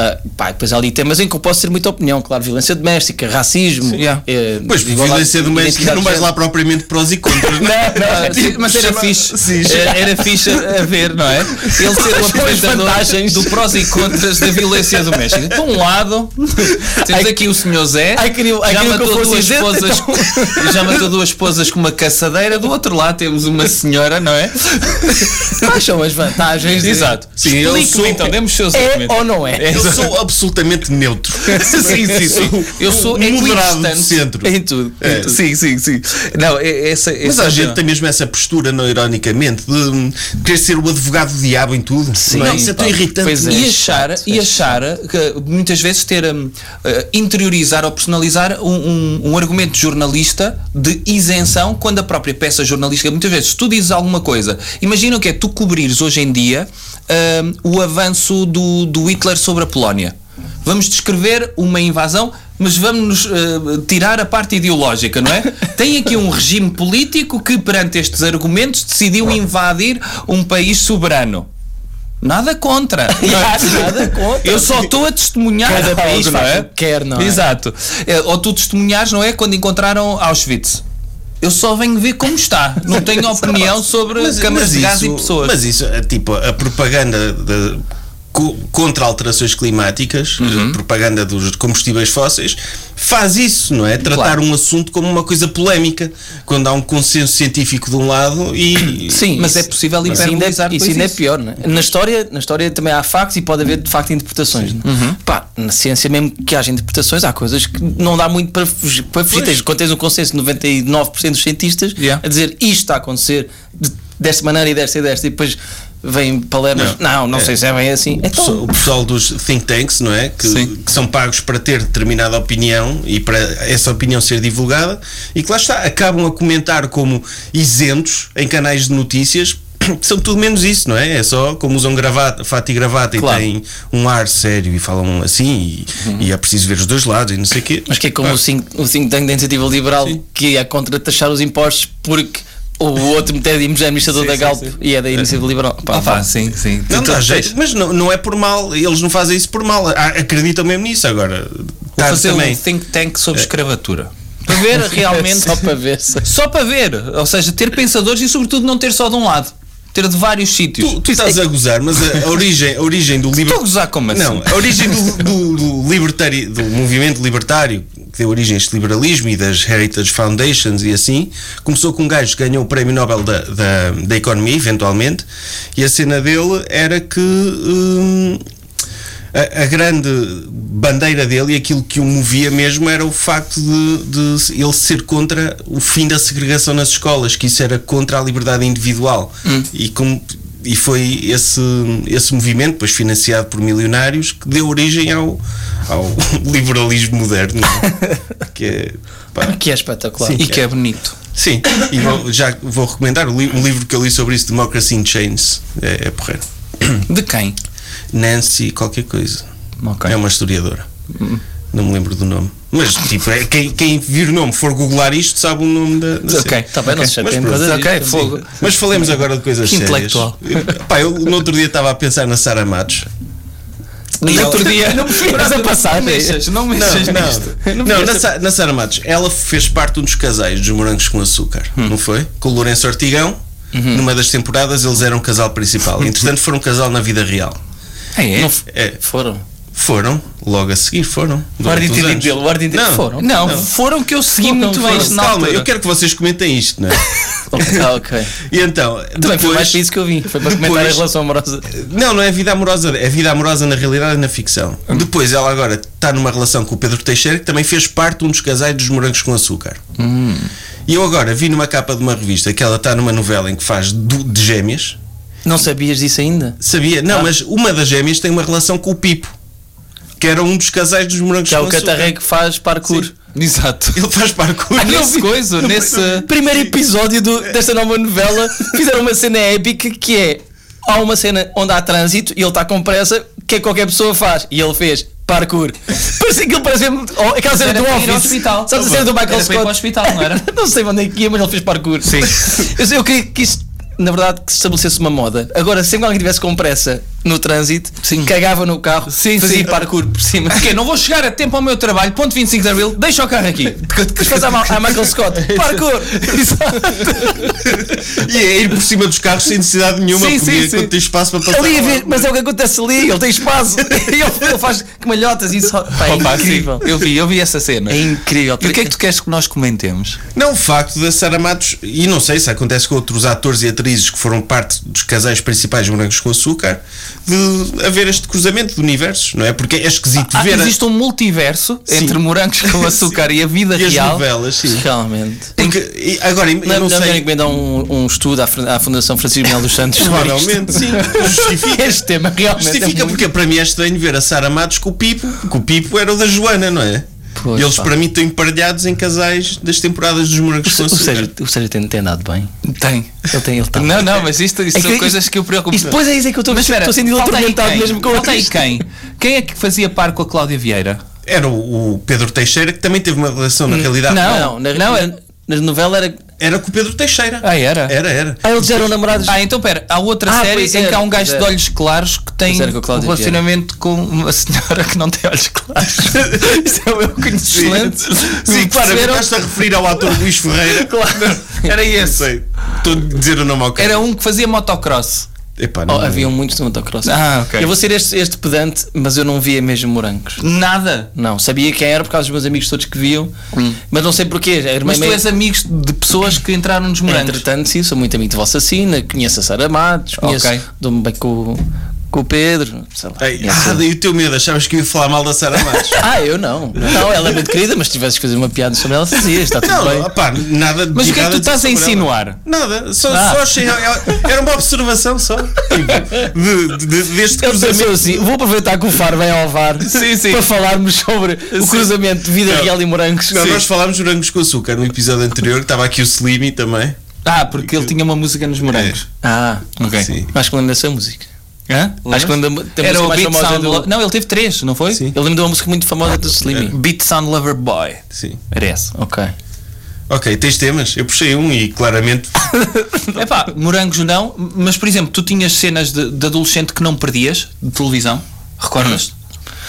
F: Ah, pá, depois há ali temas em que eu posso ter muita opinião, claro, violência doméstica, racismo.
E: Yeah.
F: eh,
C: Pois, por
F: igualdade-
C: violência doméstica
F: identidade
C: não
F: de
C: vais
F: género.
C: lá propriamente prós e contras, não é?
E: Ah, sim, mas era
C: chama-
E: fixe.
C: Sim,
E: Era, era fixe a ver, não é? Ele ser o apresentador
F: vantagens.
E: do prós e contras da violência doméstica. De um lado, temos aqui o senhor Zé,
F: Ai, queria- ai,
E: já
F: queria que eu
E: matou
F: fosse
E: duas
F: isento,
E: esposas, já matou duas esposas com uma caçadeira. Do outro lado temos uma senhora, não é?
F: Quais são as vantagens? de-
E: Exato.
C: Sim, eu
E: Explique-me
C: sou-
E: então, demos seus
F: É
E: argumentos.
F: ou não é?
E: É,
C: Eu sou absolutamente neutro. um
E: sim, sim, sim. Eu sou
C: Moderado
E: equidistante
C: de centro.
E: Em tudo. em
C: É.
E: tudo. Sim, sim, sim. Não, é- essa,
C: Mas
E: essa-
C: a gente tem mesmo essa postura, não ironicamente, de hum, querer ser o advogado do diabo em tudo. não, é? isso é
E: pá.
C: tão irritante.
E: Pois é.
C: E
E: E
C: as-
E: achar, e achar que muitas vezes ter hum, eh, interiorizar ou personalizar um, um- um argumento de jornalista de isenção quando a própria peça jornalística, muitas vezes, se tu dizes alguma coisa, imagina o que é tu cobrires hoje em dia hum, o avanço do, do Hitler sobre a Polónia. Vamos descrever uma invasão. Mas vamos eh, tirar a parte ideológica, não é? Tem aqui um regime político que, perante estes argumentos, decidiu invadir um país soberano. Nada contra. é?
F: Nada contra.
E: Eu só estou a testemunhar
F: Cada
E: algo,
F: país
E: não
F: faz
E: é?
F: o que quer, não é?
E: Exato. É, Ou tu testemunhares, não é? Quando encontraram Auschwitz. Eu só venho ver como está. Não tenho opinião sobre câmaras de gás e pessoas.
C: Mas isso, é, tipo, a propaganda de- co- contra alterações climáticas,
E: Uhum.
C: a propaganda dos combustíveis fósseis, faz isso, não é? Tratar
E: Claro.
C: um assunto como uma coisa polémica, quando há um consenso científico de um lado e.
E: Sim, mas
F: isso-
E: é possível
F: isso ainda, é-
E: hiperbolizar
F: isso
E: depois
F: ainda é
E: isso.
F: pior, né? Na história, na história também há factos e pode haver de facto interpretações. né?
E: Uhum.
F: Pá, na ciência, mesmo que haja interpretações, há coisas que não dá muito para fugir. Para fugir. Tens, quando tens um consenso de 99% dos cientistas
E: Yeah.
F: a dizer isto está a acontecer de- desta maneira e desta e desta, e depois vêm palermas, não, não, sei se é bem assim.
C: O pessoal-
F: Então,
C: o pessoal dos think tanks, não é? Que,
E: Sim.
C: que são pagos para ter determinada opinião e para essa opinião ser divulgada e que lá está, acabam a comentar como isentos em canais de notícias. que São tudo menos isso, não é? É só como usam gravata, fato e gravata
F: Claro.
C: e têm um ar sério e falam assim e,
E: Uhum.
C: e é preciso ver os dois lados e não sei o quê.
F: mas que é como o, think, o think tank da iniciativa liberal que é contra taxar os impostos porque o outro metade de administrador da Galp e é da iniciativa liberal. Pá,
E: Ah, pá, sim, sim.
C: Não
E: Então,
C: dá jeito, mas não, não é por mal, eles não fazem isso por mal, a- acreditam mesmo nisso agora.
E: Vou
C: Tá
E: fazer
C: também.
E: um think tank
F: É.
E: sobre escravatura.
F: Para ver realmente. Só para ver. se-
E: Só para ver. Ou seja, ter pensadores e, sobretudo, não ter só de um lado. Ter de vários sítios.
C: Tu, tu estás a gozar, mas a, a origem, a origem do livro.
E: Estou a gozar como assim?
C: Não, a origem do, do, do libertari- do movimento libertário, que deu origem a este liberalismo e das Heritage Foundations e assim, começou com um gajo que ganhou o Prémio Nobel da, da, da Economia, eventualmente, e a cena dele era que. hum, a, a grande bandeira dele e aquilo que o movia mesmo era o facto de, de ele ser contra o fim da segregação nas escolas, que isso era contra a liberdade individual.
E: Hum.
C: E, como- e foi esse, esse movimento, depois financiado por milionários, que deu origem ao, ao liberalismo moderno. que é, pá,
F: Que é espetacular.
E: E que é bonito.
C: Sim, e vou- já vou recomendar o li- um livro que eu li sobre isso, Democracy in Chains. É, é porreiro.
E: De quem?
C: Nancy qualquer coisa.
E: Ok.
C: É uma historiadora. Não me lembro do nome. Mas, tipo, é, quem, quem vir o nome for googlar isto sabe o nome da. da
E: Ok.
C: cena.
E: Tá
F: Está bem, não se chateiem por
C: Mas
F: causa
C: pronto,
F: disto.
E: ok, fogo.
C: Mas falemos agora de coisas
E: Que
C: sérias.
E: intelectual.
C: Pá, eu no outro dia estava a pensar na Sara Matos.
E: No outro dia.
F: Não me fias a passar,
E: Não mexas, não mexas nisto.
C: não, não, na, Sa- na Sara Matos, ela fez parte de um dos casais dos Morangos com Açúcar,
F: Hum.
C: não foi? Com o Lourenço Ortigão.
F: Uhum.
C: Numa das temporadas eles eram o casal principal. Entretanto, foram um casal na vida real.
E: É,
F: Não f-
C: É,
F: Foram.
C: foram, logo a seguir foram.
F: O
C: durante uns
F: entendido
C: anos.
F: dele, o ordem dele.
C: Não,
F: Foram.
E: Não, foram que eu segui
F: Foram,
E: muito bem
F: foram.
E: isto na
C: Calma,
E: altura.
C: eu quero que vocês comentem isto, não é?
F: Ah, ok.
C: E então,
F: Também foi
C: depois,
F: mais para isso que eu vim. Foi para
C: depois-
F: comentar a relação amorosa.
C: não, não é vida amorosa, é vida amorosa na realidade e na ficção.
F: Hum.
C: Depois ela agora está numa relação com o Pedro Teixeira, que também fez parte de um dos casais dos Morangos com Açúcar.
F: Hum.
C: E eu agora vi numa capa de uma revista que ela está numa novela em que faz du- de gêmeas.
F: Não sabias disso ainda?
C: Sabia?
F: Ah.
C: Não, mas uma das gêmeas tem uma relação com o Pipo, que era um dos casais dos Morangos
F: Que é
C: com
F: o
C: Açúcar.
F: Catarré Ah, que faz parkour.
E: Exato.
C: Ele faz parkour.
E: Nesse coisa, nesse.
F: Primeiro episódio do- desta nova novela, fizeram uma cena épica que é. Há uma cena onde há trânsito e ele está com pressa, que é que qualquer pessoa faz. E ele fez parkour. Parecia que ele parecia oh, aquela cena
E: era
F: do
E: para ir ao
F: Office.
E: hospital.
F: Sabes a cena do
E: Era
F: Michael
E: para ir
F: Scott?
E: para o hospital, não era?
F: não sei onde é que ia, mas ele fez parkour.
E: Sim.
F: Eu, sei- eu queria que isto, na verdade, que se estabelecesse uma moda. Agora, sempre que alguém tivesse com pressa no trânsito, cagava no carro,
E: Sim,
F: fazia
E: sim.
F: parkour por cima.
E: Ok, não vou chegar a tempo ao meu trabalho. Ponto 25 de abril, deixa o carro aqui.
F: Depois faz a, Ma- a Michael Scott, parkour!
C: E é ir por cima dos carros sem necessidade nenhuma,
E: Sim,
C: porque é
E: sim, sim.
C: quando tem espaço para passar.
F: Ali,
C: lá.
F: a ver- mas é o que acontece ali, ele tem espaço, ele, ele faz camalhotas e só. Pá, é
E: Opa, sim,
F: incrível.
E: Eu vi, eu vi essa cena.
F: É incrível.
E: E o que é que tu queres que nós comentemos?
C: Não, o facto da Sara Matos, e não sei se acontece com outros atores e atrizes que foram parte dos casais principais de Morangos com Açúcar, de haver este cruzamento de universos, não é? Porque é esquisito
E: Ah,
C: ver. a-
E: existe um multiverso
C: Sim.
E: entre morangos com açúcar e a vida
C: E as
E: real.
C: novelas, sim.
F: Realmente.
C: Porque, e agora, eu
F: Não é
C: não
F: melhor
C: sei.
F: encomendar um, um estudo à, Fran- à Fundação Francisco Miguel dos Santos? sobre isto?
C: Provavelmente, sim. Justifica.
F: Este tema realmente.
C: Justifica
F: é muito...
C: porque para mim é estranho ver a Sara Matos com o Pipo, que o Pipo era o da Joana, não é?
F: Pois,
C: E Eles
F: pá.
C: para mim estão emparelhados em casais das temporadas dos Morangos com
F: O Sérgio,
C: Açúcar.
F: o Sérgio tem, tem andado bem.
E: Tem.
F: Ele tem, ele tá.
E: Não, não, mas isto, isto
F: É
E: são
F: que-
E: coisas que eu preocupo.
F: Isto depois é isso é que eu estou
E: Mas espera,
F: estou sendo
E: falta aí
F: atormentado
E: quem?
F: mesmo com
E: Falta aí
F: isto.
E: quem? Quem é que fazia par com a Cláudia Vieira?
C: Era o, o Pedro Teixeira, que também teve uma relação na realidade.
F: Não, não, na,
E: Hum, Não,
F: não,
E: é-
F: na, nas novelas era.
C: Era com o Pedro Teixeira.
E: Ah, era?
C: Era, era.
F: Ah, eles já eram namorados.
E: Ah, então pera, há outra
F: Ah,
E: série
F: pois
E: em que
F: era,
E: há um gajo
F: pois
E: de
F: era.
E: olhos claros que tem
F: Pois era, com
E: um
F: a Cláudia
E: relacionamento com uma senhora que não tem olhos claros. Isso é o meu conhecimento.
C: Sim, claro,
E: Hum, perceberam?
C: estás a referir ao ator Luís Ferreira.
E: Claro, era
C: Não
E: esse.
C: sei. Estou a dizer o nome ao cara.
E: Era um que fazia motocross.
C: Epá,
F: Oh,
C: não.
F: haviam muitos de motocross.
E: Ah, ok. Hum.
F: Eu vou ser este, este pedante, mas eu não via mesmo morangos.
E: Nada.
F: Não, sabia quem era por causa dos meus amigos todos que viam, mas não sei porquê. A irmã
E: Hum. Mas tu
F: meio-
E: és amigos de pessoas que entraram nos morangos.
F: Entretanto, sim, sou muito amigo de Vossa Sina, conheço a Sara Matos, conheço,
E: Ok.
F: dou-me bem com, o- com o Pedro, sei lá.
C: Ei,
F: conheço-
C: ah, daí o teu medo, achavas que eu ia falar mal da Sara Matos.
F: Ah, eu não. Não, ela é muito querida, mas se tivesses que fazer uma piada sobre ela, fazias, está tudo bem.
C: Não, opá, nada de
E: Mas o que é que
C: nada de
E: tu estás a
C: sobre ela.
E: insinuar?
C: Nada, só,
F: Ah.
C: só achei. Era uma observação só. Tipo, de- de- de- deste
F: Eu
C: cruzamento.
F: pensou assim, vou aproveitar que o Faro vem ao VAR
E: Sim, sim.
F: para falarmos sobre o cruzamento de vida
C: Não.
F: real e morangos.
C: Não,
F: Sim.
C: nós falámos de morangos com açúcar no episódio anterior, que estava aqui o Slimy também. É,
E: Ah, porque ele tinha uma música nos morangos.
F: Ah,
E: Ok.
C: Sim.
F: acho que lembro dessa música.
E: Hã?
F: Acho que lembro da- da
E: Era
F: música
E: o
F: mais
E: Beat
F: famosa
E: Sound
F: do-
E: Lo- Não, ele teve três, não foi?
C: Sim.
F: Eu lembro de uma música muito famosa do Slimy.
E: Beat Sound Lover Boy.
C: Sim.
E: Era essa.
F: Ok.
C: Ok, tens temas? Eu puxei um e claramente.
E: Ah, Epá, morangos não, mas por exemplo, tu tinhas cenas de, de adolescente que não perdias de televisão, recordas?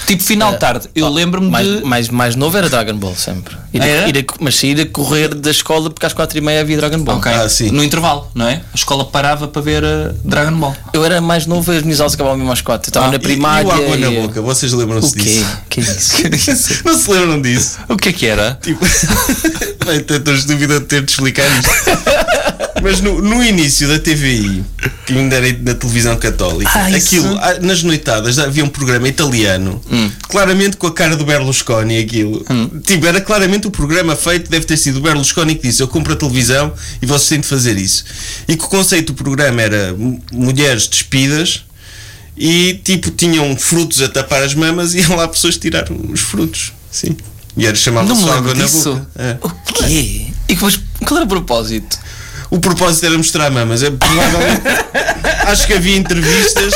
E: Tipo, final de tarde. Eu lembro-me
F: Hum. Mais,
E: de.
F: mais, mais novo era Dragon Ball sempre. Ir a-
E: Era?
F: ir a- mas sair a correr da escola porque às quatro e meia havia Dragon Ball.
E: Ok.
C: Ah, sim.
E: No intervalo, não é? A escola parava para ver eh, Dragon Ball.
F: Eu era mais novo e as minhas aulas acabavam mesmo às quatro. Eu estava
C: Ah,
F: na
C: e-
F: primária.
C: E, o água na
F: e-
C: boca, vocês
F: O
C: lembram-se
F: quê?
C: disso?
F: que é isso?
C: Não se lembram disso?
E: O que é que era?
C: Tipo, bem, tanta estúpida de ter de explicar isto. Mas no, no início da TVI, que ainda era na televisão católica,
F: Ah, isso.
C: aquilo, ah, nas noitadas havia um programa italiano,
E: Hum.
C: claramente com a cara do Berlusconi, aquilo. Tipo, era claramente o programa feito, deve ter sido o Berlusconi que disse: Eu compro a televisão e vocês têm de fazer isso. E que o conceito do programa era mu- mulheres despidas. E tipo, tinham frutos a tapar as mamas e iam lá pessoas tirar os frutos. Sim. E era chamado
E: Não me
C: só
E: lembro
C: água na
E: disso.
C: boca. É.
F: O quê? E depois, qual era o propósito?
C: O propósito era mostrar mamas. É, provavelmente, acho que havia entrevistas.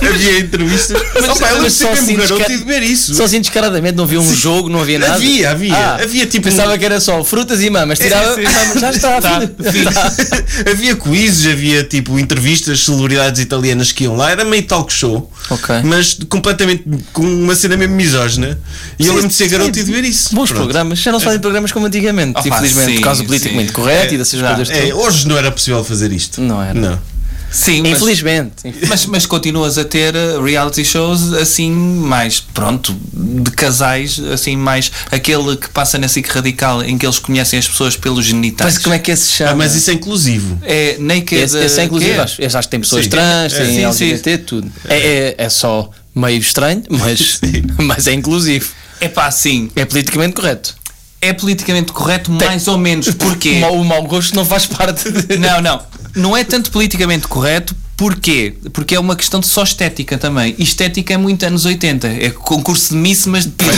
C: havia entrevistas. Mas, Opa, eu lembro
F: mas
C: de ser
F: assim
C: mesmo garoto
F: desca-
C: e de ver isso.
F: Só assim descaradamente, não havia um jogo, não havia nada. Ah,
C: Havia, havia. Havia, tipo,
F: Pensava
C: um-
F: que era só frutas e mamas. Tirava.
E: sim.
F: mamas, Já está,
E: Tá,
F: filho.
E: filho.
C: havia quizzes, havia tipo entrevistas, celebridades italianas que iam lá. Era meio talk show.
F: Ok.
C: Mas completamente com uma cena mesmo misógina. E eu lembro de ser
F: Sim,
C: garoto e de ver isso.
F: Bons
C: Pronto.
F: programas. Já não se fazem programas como antigamente,
E: Ah, pá,
F: infelizmente,
E: sim,
F: por causa do político
E: sim.
F: muito correto
E: É,
F: e dessas
E: já.
F: coisas
C: É,
F: todas.
C: hoje não era possível fazer isto.
F: um- Não era.
C: Não.
E: Sim, é, mas-
F: Infelizmente.
E: Mas, mas continuas a ter eh, reality shows assim mais pronto de casais assim mais aquele que passa na SIC radical em que eles conhecem as pessoas pelos genitais.
F: Mas como é que esse se chama?
C: Ah, mas isso é inclusivo.
E: é naked?
F: Esse, esse é
E: eh,
F: inclusive,
E: quê?
F: acho, esse acho que tem pessoas
C: Sim.
F: trans,
C: É,
F: tem
E: sim,
F: LGBT, tudo. É, é, é só meio estranho, mas, mas é inclusivo.
E: É pá, sim.
F: É politicamente correto.
E: É politicamente correto mais ou menos.
F: O
E: Porquê?
F: mau, o mau gosto não faz parte de.
E: não, não. Não é tanto politicamente correto. Porquê? Porque é uma questão de só estética também. E estética é muito anos 80. É concurso de miss, mas de pila.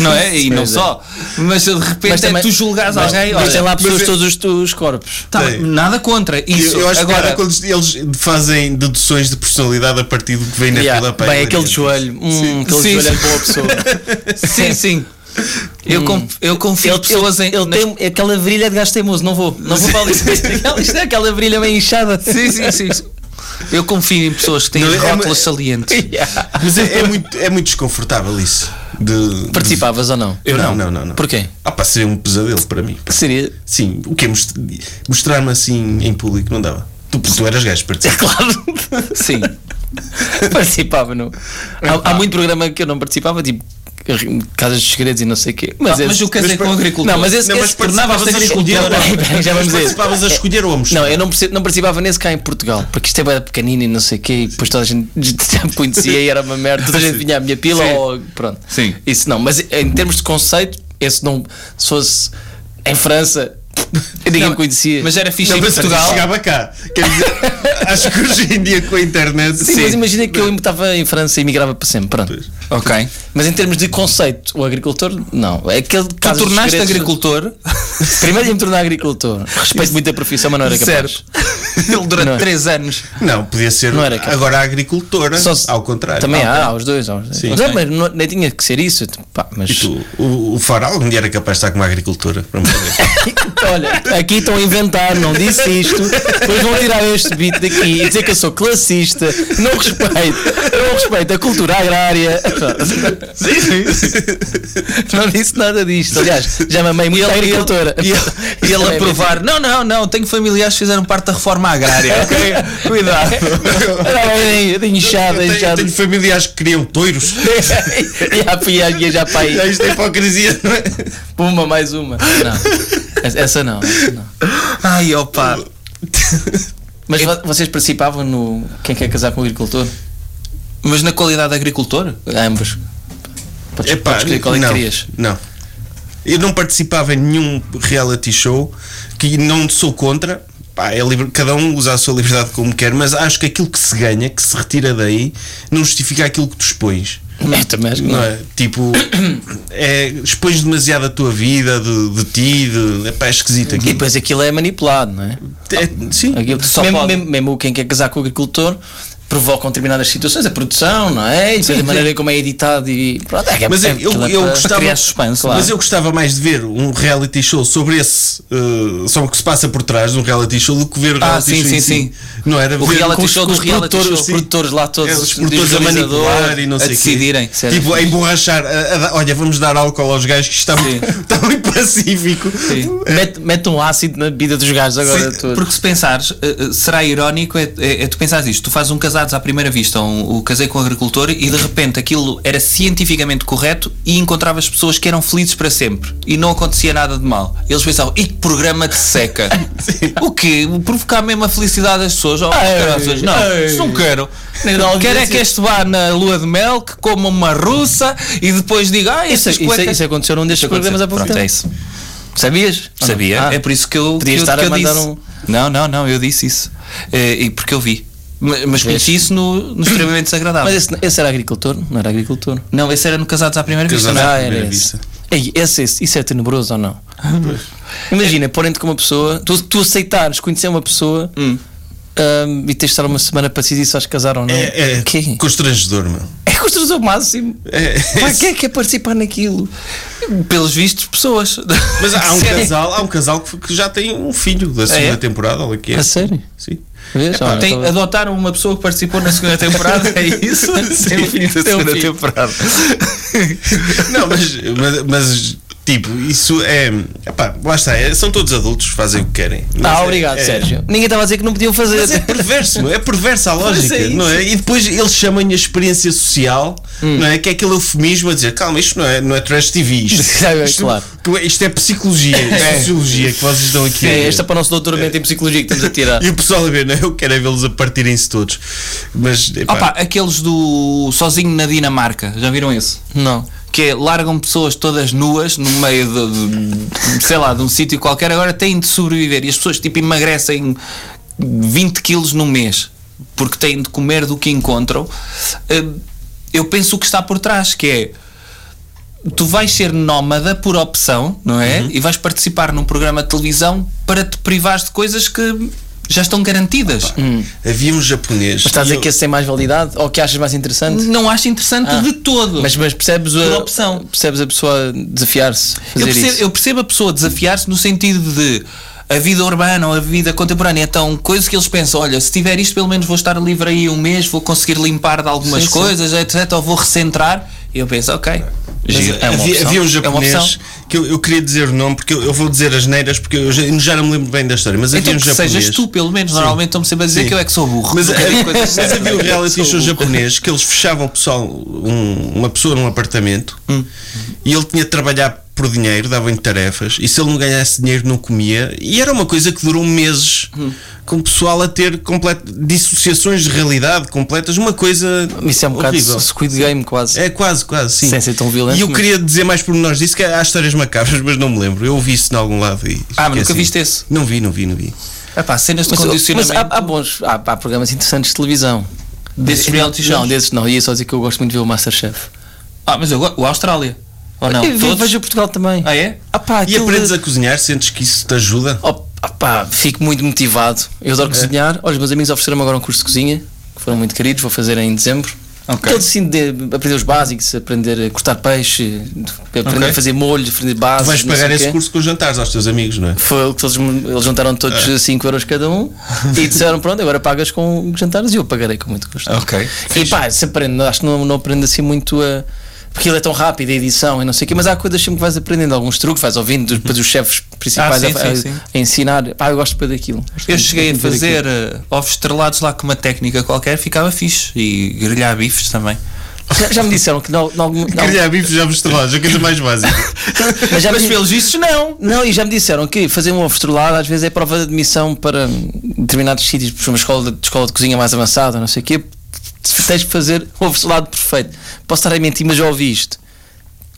E: Não é? E não
F: Pois é.
E: só. Mas de repente
F: Mas também-
E: é tu julgares
F: mas-
E: alguém.
F: mas
E: olha,
F: tem lá
C: mas
F: pessoas
C: é-
F: de todos os, os corpos.
E: Tá,
C: Tem.
E: nada contra isso.
C: Eu, eu acho que
E: Agora,
C: era quando eles fazem deduções de personalidade a partir do que vem na
F: Yeah.
C: fila. pá,
F: Bem,
C: é
F: aquele
C: variante.
F: joelho. Hum, aquele
E: Sim,
F: joelho é
E: sim.
F: boa pessoa.
E: sim, sim.
C: Hum.
E: Eu, conf, eu confio
F: Ele,
E: pessoas
F: ele,
E: em.
F: ele
E: nas-
F: tem aquela virilha de gasto teimoso, não vou. Não vou falar disso. Aquela- Isto é aquela virilha bem inchada.
E: Sim, sim, sim, sim. Eu confio em pessoas que têm
C: Não, é uma-
E: rótulos salientes.
C: Mas é, é muito, é muito desconfortável isso. De,
F: Participavas ou não?
C: de- não, não, não, não.
F: Porquê?
C: Ah, pá, seria um pesadelo para mim.
F: Seria.
C: Sim, o que é Mostrar-me assim em público não dava. Tu, tu eras gajo, participava.
F: Claro.
E: Sim.
F: participava, não. Há, há muito programa que eu não participava, tipo casas de segredos e não sei o quê. Mas,
E: Ah, mas
F: esse-
E: eu casei com
C: mas-
E: agricultura.
F: Não, mas esse,
C: Não, mas
F: esse tornava-se
C: participavas a
F: agricultor.
C: escolher-
F: Peraí, peraí, Já
C: Mas
F: vamos a esse.
C: participavas a escolher ou a mostrar?
F: Não, eu não, perce- não participava nesse cá em Portugal, porque isto é bué pequenino e não sei o quê, e depois toda a gente já me conhecia e era uma merda, toda a gente vinha à minha pila
E: Sim.
F: ou pronto.
E: Sim.
F: Isso não, mas em termos de conceito, esse não, se fosse em França, ninguém me conhecia.
E: Mas era fixe
C: Não,
E: em
C: mas
E: Portugal.
C: chegava cá. Quer dizer, acho que hoje em dia com a internet.
F: Sim, mas imagina que eu estava em França e migrava para sempre, pronto.
E: Ok.
F: Mas em termos de conceito, o agricultor, não. É aquele
E: Tu tornaste agricultor
F: Primeiro ia me tornar agricultor. Respeito muito a profissão, mas não era capaz.
E: Certo. ele durante
F: Não.
E: 3 anos.
C: Não, é? podia ser
F: Não era cá.
C: agora a agricultora,
F: Só se-
C: ao contrário.
F: Também
C: Ah,
F: há, há os dois. Há os dois.
C: Sim.
F: Mas, não, é, mas não, nem tinha que ser isso. tipo, pá, mas
C: E tu, o, o Farol um dia era capaz de estar com uma agricultora. para me ver.
F: olha, aqui estão a inventar, não disse isto. Depois vão tirar este beat daqui e dizer que eu sou classista. Não respeito, não respeito a cultura agrária.
E: Sim, sim.
F: Não disse nada disto. Aliás, já mamei muito a agricultora.
E: E ele, e ele
F: Também
E: a provar: não, não, não, tenho familiares que fizeram parte da reforma agrária. ok? Cuidado.
F: Era de inchada,
C: eu, tenho, eu
F: inchada.
C: tenho familiares que criam toiros.
F: Já fui às guias, já para aí.
C: Isto é hipocrisia, não é?
F: Puma, mais uma. Não, essa- essa não. Essa não.
E: Ai, opa.
F: Mas vo- vocês participavam no Quem Quer Casar com o Agricultor?
E: Mas na qualidade de agricultor?
F: Ambos. Podes,
C: Epá,
F: podes escolher qual é que
C: não,
F: querias.
C: Não. Eu não participava em nenhum reality show que não sou contra. Pá, é livre- cada um usa a sua liberdade como quer, mas acho que aquilo que se ganha, que se retira daí, não justifica aquilo que tu expões.
F: Eu também acho que
C: Não
F: não.
C: é? Tipo, é, expões demasiado a tua vida, de, de ti, de, epá, é esquisito
F: E
C: aquilo.
F: depois aquilo é manipulado, não é?
C: É, sim,
F: Aquilo,
E: Só
F: mesmo,
E: pode.
F: mesmo- mesmo o Quem Quer Casar com o Agricultor provocam determinadas situações, a produção, não é? E depois a maneira como é editado e. Pronto, é, que é-
C: Mas
F: é,
C: eu, eu,
F: aquilo é
C: eu
F: para
C: gostava,
F: criar suspense, claro.
C: mas eu gostava mais de ver um reality show sobre esse, eh, sobre o que se passa por trás de um reality show do que ver o
E: Ah,
C: reality
E: sim,
C: show. em
E: sim,
C: si.
E: sim.
C: Não era
E: O
C: ver
E: reality
C: com os-
E: show
C: com
E: do
C: os
E: reality
C: produtores,
E: show,
F: Os
C: sim.
F: produtores lá todos.
C: É, os produtores a
F: organizadores,
C: manipular e não
E: a
C: sei o quê.
E: decidirem. é
C: Tipo, a emborrachar. a- a dar- olha, vamos dar álcool aos gajos que está muito, está muito pacífico.
F: Mete, mete um ácido na vida dos gajos agora
E: Sim,
F: todos.
E: porque se pensares, eh, eh, será irónico é, é- é tu pensares isto, tu fazes um casados à primeira vista, um, o casei com um agricultor e de repente aquilo era cientificamente correto e encontravas pessoas que eram felizes para sempre e não acontecia nada de mal. Eles pensavam, e que programa de seca? o quê? Provocar mesmo a felicidade das pessoas? Oh,
F: Ai,
E: caralho, as pessoas, não,
F: ai.
E: isso não quero.
F: Nem dá audiência.
E: Quero é que este vá na lua de mel, que coma uma russa e depois diga, ah,
F: Isso,
E: estas
F: isso- é-
E: cuecas...
F: isso aconteceu num destes
E: Isso aconteceu.
F: programas há pouco
E: Pronto,
F: tempo.
E: é isso.
F: Sabias?
E: Sabia?
F: Ah.
E: é por isso que eu.
F: Podias
E: que eu-
F: estar
E: que
F: a
E: eu
F: mandar
E: disse.
F: um-
E: Não, não, não, eu disse isso. Eh, E porque eu vi. Mas, mas conheci isso no, no extremamente desagradável.
F: Mas esse, esse era agricultor? Não era agricultor?
E: não, esse era no Casados à Primeira Vista.
C: Casados
E: não
C: à
E: é?
F: Ah,
C: primeira
F: era esse.
C: vista.
F: Ei, esse, esse- isso é tenebroso ou não? Imagina, porém-te com uma pessoa, tu, tu aceitares conhecer uma pessoa
E: Hum.
F: ahm, e tens de estar uma semana para decidir se vais casar ou não.
C: É, é
F: Quê?
C: constrangedor, meu.
F: É construção máximo. Para que é que é participar naquilo?
E: Pelos vistos, pessoas.
C: Mas há um
E: Sim.
C: casal, há um casal que que já tem um filho da segunda temporada, olha que é.
F: Ah, é? A sério?
C: Sim.
F: Vês?
E: Epá,
F: Olha,
E: tem-
F: tá-
E: adotaram uma pessoa que participou na segunda temporada, é isso?
F: Sim,
E: Tem um filho da
F: tem um
E: segunda
F: filho.
E: temporada.
C: Não, mas, mas, mas, tipo, isso é. Epá, lá está, é- são todos adultos, fazem o que querem. Mas
F: Ah,
C: é-
F: obrigado,
C: é-
F: Sérgio. Ninguém estava a dizer que não podiam fazer.
C: Mas é perverso, meu, é perversa a lógica,
F: é isso.
C: não é? E depois eles chamam-lhe a experiência social,
F: Hum.
C: não é? Que é aquele eufemismo a dizer, calma, isto não é, não é trash TV, isto,
F: Sabe,
C: isto,
F: claro.
C: isto é psicologia, é sociologia que vocês dão aqui.
F: É, este é para o nosso doutoramento em psicologia que estamos a tirar.
C: E o pessoal a ver, não é? Eu quero é vê-los a partirem-se todos. Mas, epá,
E: Opa, aqueles do Sozinho na Dinamarca, já viram isso?
F: Não.
E: que é largam pessoas todas nuas no meio de, de- sei lá, de um sítio qualquer, agora têm de sobreviver e as pessoas tipo emagrecem 20 quilos no mês porque têm de comer do que encontram. Eh, Eu penso o que está por trás, que é tu vais ser nómada por opção, não é? E vais participar num programa de televisão para te privares de coisas que já estão garantidas.
C: havia um japonês.
F: Estás a
C: e
F: dizer
C: eu-
F: que esse tem mais validade ou que achas mais interessante?
E: Não acho interessante
F: Ah.
E: de todo.
F: Mas, mas percebes, a,
E: Por opção.
F: percebes a pessoa desafiar-se?
E: Eu
F: fazer
E: percebo,
F: isso?
E: eu percebo a pessoa desafiar-se no sentido de a vida urbana ou a vida contemporânea é tão coisa que eles pensam: olha, se tiver isto, pelo menos vou estar livre aí um mês, vou conseguir limpar de algumas
F: Sim, sim.
E: coisas, etc. Ou vou recentrar.
F: E eu penso, ok. mas
C: Giro.
F: é uma
C: havia,
F: opção,
C: havia um
F: é uma
C: japonês
F: opção.
C: que eu, eu queria dizer o nome porque eu, eu vou dizer as neiras porque eu já, já não me lembro bem da história, mas havia
E: Então
C: um
E: que
C: japonês.
E: sejas tu, pelo menos. Normalmente estão-me sempre a dizer
C: Sim.
E: que eu é que sou burro.
C: Mas,
E: Nunca digo
C: havia,
E: coisas
C: mas
E: certas.
C: havia um reality
E: Sou
C: show
E: burro.
C: japonês que eles fechavam o pessoal, um- uma pessoa num apartamento
F: Hum.
C: e ele tinha de trabalhar por dinheiro, davam-lhe tarefas e se ele não ganhasse dinheiro não comia e era uma coisa que durou meses
F: Hum.
C: com o pessoal a ter completo, dissociações de realidade completas, uma coisa
F: Isso é um bocado
C: horrível.
F: Squid Game, quase.
C: É quase, quase, sim.
F: Sem ser tão violento,
C: E eu
F: mas-
C: queria dizer mais por nós disso, que há histórias macabras, mas não me lembro. Eu ouvi isso em algum lado e.
E: Ah, mas nunca
C: esqueci.
E: viste esse?
C: Não vi, não vi, não vi.
E: Ah pá, cenas de
C: um
F: Mas, mas
E: condicionamento.
F: há, há bons, há, há programas interessantes de televisão.
E: Desses reality shows?
F: Não, desses não. Ia só dizer que eu gosto muito de ver o Masterchef.
E: Ah, mas eu go- o Austrália. Ou não?
F: eu ve-
E: Todos?
F: vejo Portugal também.
E: Ah, é?
F: Ah pá,
C: E
F: aquilo
C: aprendes
F: de-
C: a cozinhar, sentes que isso te ajuda?
F: Oh, ah pá, fico muito motivado. Eu adoro cozinhar. Olha, os meus amigos ofereceram-me agora um curso de cozinha, que foram muito queridos, vou fazer em dezembro.
E: Ok.
F: Aquele assim de aprender os básicos, aprender a cortar peixe, aprender
E: Ok.
F: a fazer molho, aprender bases.
C: Vais
F: não sei
C: pagar
F: o
C: esse
F: quê.
C: curso com os jantares aos teus amigos, não é?
F: Foi o que eles, me- eles juntaram todos 5 euros cada um e disseram: Pronto, agora pagas com jantares e eu pagarei com muito gosto.
E: Ok.
F: E pá, se aprende, acho que não, não aprende assim muito a. Porque ele é tão rápido, a edição e não sei o quê, mas há coisas sempre que vais aprendendo, alguns truques, vais ouvindo, dos- depois os chefes principais
E: Uhum. Ah, sim,
F: a, a-
E: sim, sim.
F: a ensinar. Pá, eu gosto para daquilo.
E: Eu cheguei a
F: Gosto muito de ver
E: fazer eh, ovos estrelados lá com uma técnica qualquer, ficava fixe. E grelhar bifes também.
F: aquilo. Já, já me disseram que não. não, não-
C: Calhar bifes já mostrados, a coisa mais básica.
F: mas já me
E: Mas
F: di-
E: pelos vistos, não.
F: não, e já me disseram que fazer um ovo estrelado às vezes é prova de admissão para hum, determinados sítios, por exemplo, uma escola de, escola de cozinha mais avançada, não sei o quê. Tens de fazer um ovo estrelado perfeito. Posso estar a mentir, mas já ouvi isto.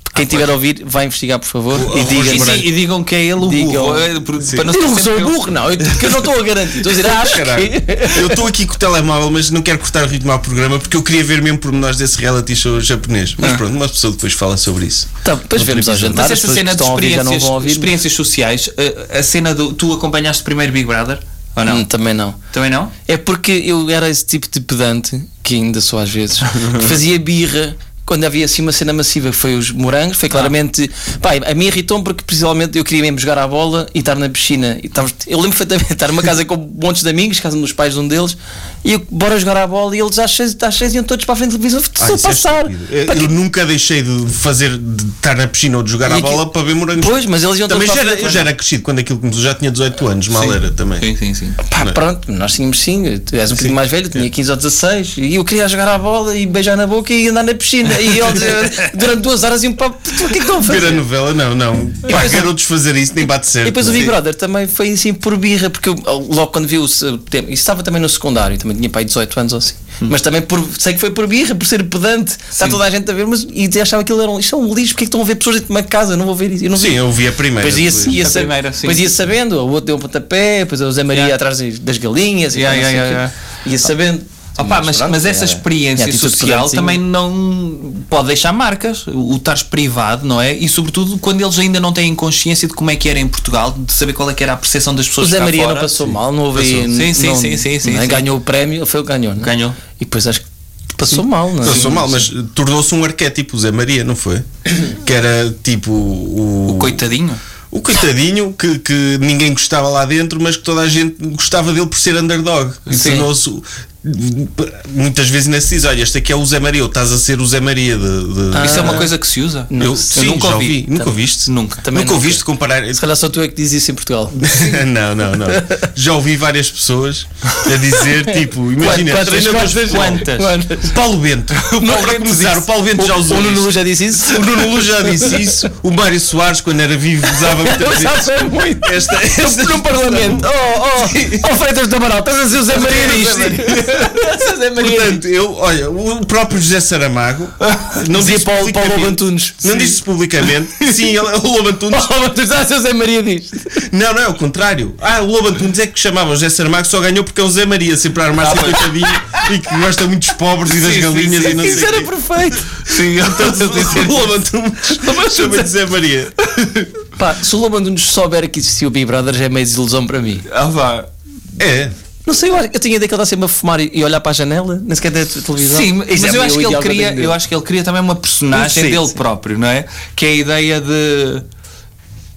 E: Ah,
F: Quem tiver a ouvir, vai investigar, por favor, e
E: E,
F: diga.
E: sim, e digam que é ele o
F: Digam.
E: burro. eh, por- Para não
F: Eu não
E: ser
F: sou
E: sempre eu. Ah,
F: burro, não, eu, que eu não estou a garantir. Estou a dizer, acho
C: Caralho.
F: que.
C: Eu estou aqui com o telemóvel, mas não quero cortar o ritmo ao programa porque eu queria ver mesmo pormenores desse reality show japonês.
F: Ah.
C: Mas pronto, uma pessoa depois fala sobre isso.
F: Tá, depois veremos ao jantar.
E: Mas
F: as
E: esta
F: pessoas que
E: cena de
F: estão a ouvir já não
E: experiências,
F: vão ouvir.
E: experiências sociais, eh, a, a cena do. Tu acompanhaste primeiro Big Brother? Ou não?
F: Hum, também não.
E: Também não?
F: É porque eu era esse tipo de pedante, que ainda sou às vezes, que fazia birra quando havia assim uma cena massiva, que foi os morangos,
C: Ah.
F: foi claramente. Pai, a mim irritou-me porque principalmente eu queria mesmo jogar à bola e estar na piscina. E estávamos- eu lembro perfeitamente de estar numa casa com montes de amigos, casa dos pais de um deles, e eu bora jogar à bola e eles às seis, às seis iam todos para a frente da televisão,
C: Ah,
F: só
C: isso é
F: passar.
C: estúpido. eu, eu nunca deixei de fazer, de estar na piscina ou de jogar
F: E
C: à
F: aquilo-
C: bola para ver morangos.
F: Pois, mas eles iam
C: Também
F: todos
C: já
F: para a
C: era,
F: frente. é?
C: eu já era crescido quando aquilo começou, já tinha 18 anos, mal era também.
E: Sim, sim, sim.
F: Pá,
C: é?
F: pronto, nós tínhamos sim, tu és um bocadinho mais velho, eu tinha 15 ou 16 e eu queria jogar à bola e beijar na boca e andar na piscina e eles eh, durante duas horas iam para. O que é que estão a
C: Ver a
F: fazer?
C: novela, não, não. Pá,
F: depois-
C: garotos fazer isso nem bate certo. é?
F: E depois o Big
C: Sim.
F: Brother também foi assim por birra, porque eu, logo quando vi o se- tema, isso estava também no secundário, também tinha pai 18 anos ou assim,
C: Hum.
F: mas também por, sei que foi por birra, por ser pedante, está toda a gente a ver, mas e achava que aquilo era um lixo, é um lixo, porque é que estão a ver pessoas dentro de uma casa, não vou ver isso, eu não vi.
C: Sim, eu vi a primeira.
F: Depois ia,
C: depois.
F: ia,
E: A
F: sa-
E: primeira, sim.
F: depois ia sabendo, o outro deu um pontapé, depois o Zé Maria
E: Yeah.
F: atrás das- das galinhas, e
E: Yeah,
F: tal,
E: yeah,
F: não sei
E: yeah,
F: o quê. ia sabendo.
E: Opa, mas,
F: pronto,
E: mas essa
F: é- é
E: experiência
F: atitude
E: social
F: pedantezinha.
E: também não pode deixar marcas. O estares privado, não é? E sobretudo quando eles ainda não têm consciência de como é que era em Portugal, de saber qual é que era a percepção das
F: O
E: pessoas
F: Zé
E: cá
F: Maria
E: fora.
F: não passou
E: Sim.
F: mal, não houve.
E: Passou. Sim, sim,
F: não-
E: sim, sim, sim,
F: não é?
E: sim.
F: Ganhou o prémio, foi o que ganhou, não é?
E: Ganhou.
F: E depois acho que passou mal, não é?
C: Não sou mal, mas eh, tornou-se um arquétipo, o Zé Maria, não foi? Que era tipo o.
E: O coitadinho.
C: o coitadinho que, que ninguém gostava lá dentro, mas que toda a gente gostava dele por ser underdog. E
F: Sim.
C: tornou-se. o- Muitas vezes ainda se diz: olha, este aqui é o Zé Maria, ou estás a ser o Zé Maria de. de-
E: Isso é
F: Ah.
E: uma coisa que se usa?
C: Eu, sim,
E: nunca
C: já
E: ouvi.
C: ouvi. Nunca ouviste?
E: Nunca.
F: Também
C: nunca
F: nunca.
C: ouviste comparar.
F: Se calhar só tu é que dizes isso em Portugal.
C: não, não, não. Já ouvi várias pessoas a dizer, tipo, imagina,
F: Quantas,
C: treinadores
F: quantas,
C: quantas?
F: quantas?
C: O Paulo Bento. Não, para começar, o Paulo Bento já
F: O
C: usou
F: Nuno
C: isso.
F: Luz já disse isso?
C: O Nuno Luz já disse isso. O Mário Soares, quando era vivo, usava muitas vezes.
F: Sabe muito.
C: Esta, esta
F: No Parlamento. Oh, oh, oh, Freitas da Amaral, estás a dizer o Zé Maria disto. O Zé Maria
C: Portanto, eu, olha, o próprio José Saramago não
F: Dizia
C: disse
F: para o- para o
C: publicamente-
F: Lobo Antunes.
C: Não
F: Sim.
C: disse isso publicamente. Sim, ele, o Lobo Antunes.
F: Oh, tu estás a dizer o Zé Maria disto.
C: Não, não, é o contrário. Ah, o Lobo Antunes é que chamava o José Saramago, só ganhou porque é o Zé Maria, sempre a armar-se ah, e que gosta muito dos pobres e das
E: sim,
C: galinhas
E: sim,
C: e não
F: Isso
C: sei o
F: era
C: quê.
F: perfeito. Então,
E: Sim, eu estou a dizer.
C: O Lobo Antunes chama-lhe Zé Maria.
F: Pá, se o Lobo Antunes souber que existia o Big Brother já é meio desilusão para mim.
E: Ah, vá.
C: É.
F: Não sei, eu, acho- eu tinha ideia que ele está sempre a fumar e, e olhar para a janela, nem sequer da te- televisão.
E: Sim, mas
F: Isso é
E: eu acho, que
F: o
E: ele
F: ideal eu
E: cria,
F: tenho dele.
E: eu acho que ele cria também uma personagem
F: Sim,
E: dele
F: sim.
C: Tá
E: próprio, não é? Que é a ideia de.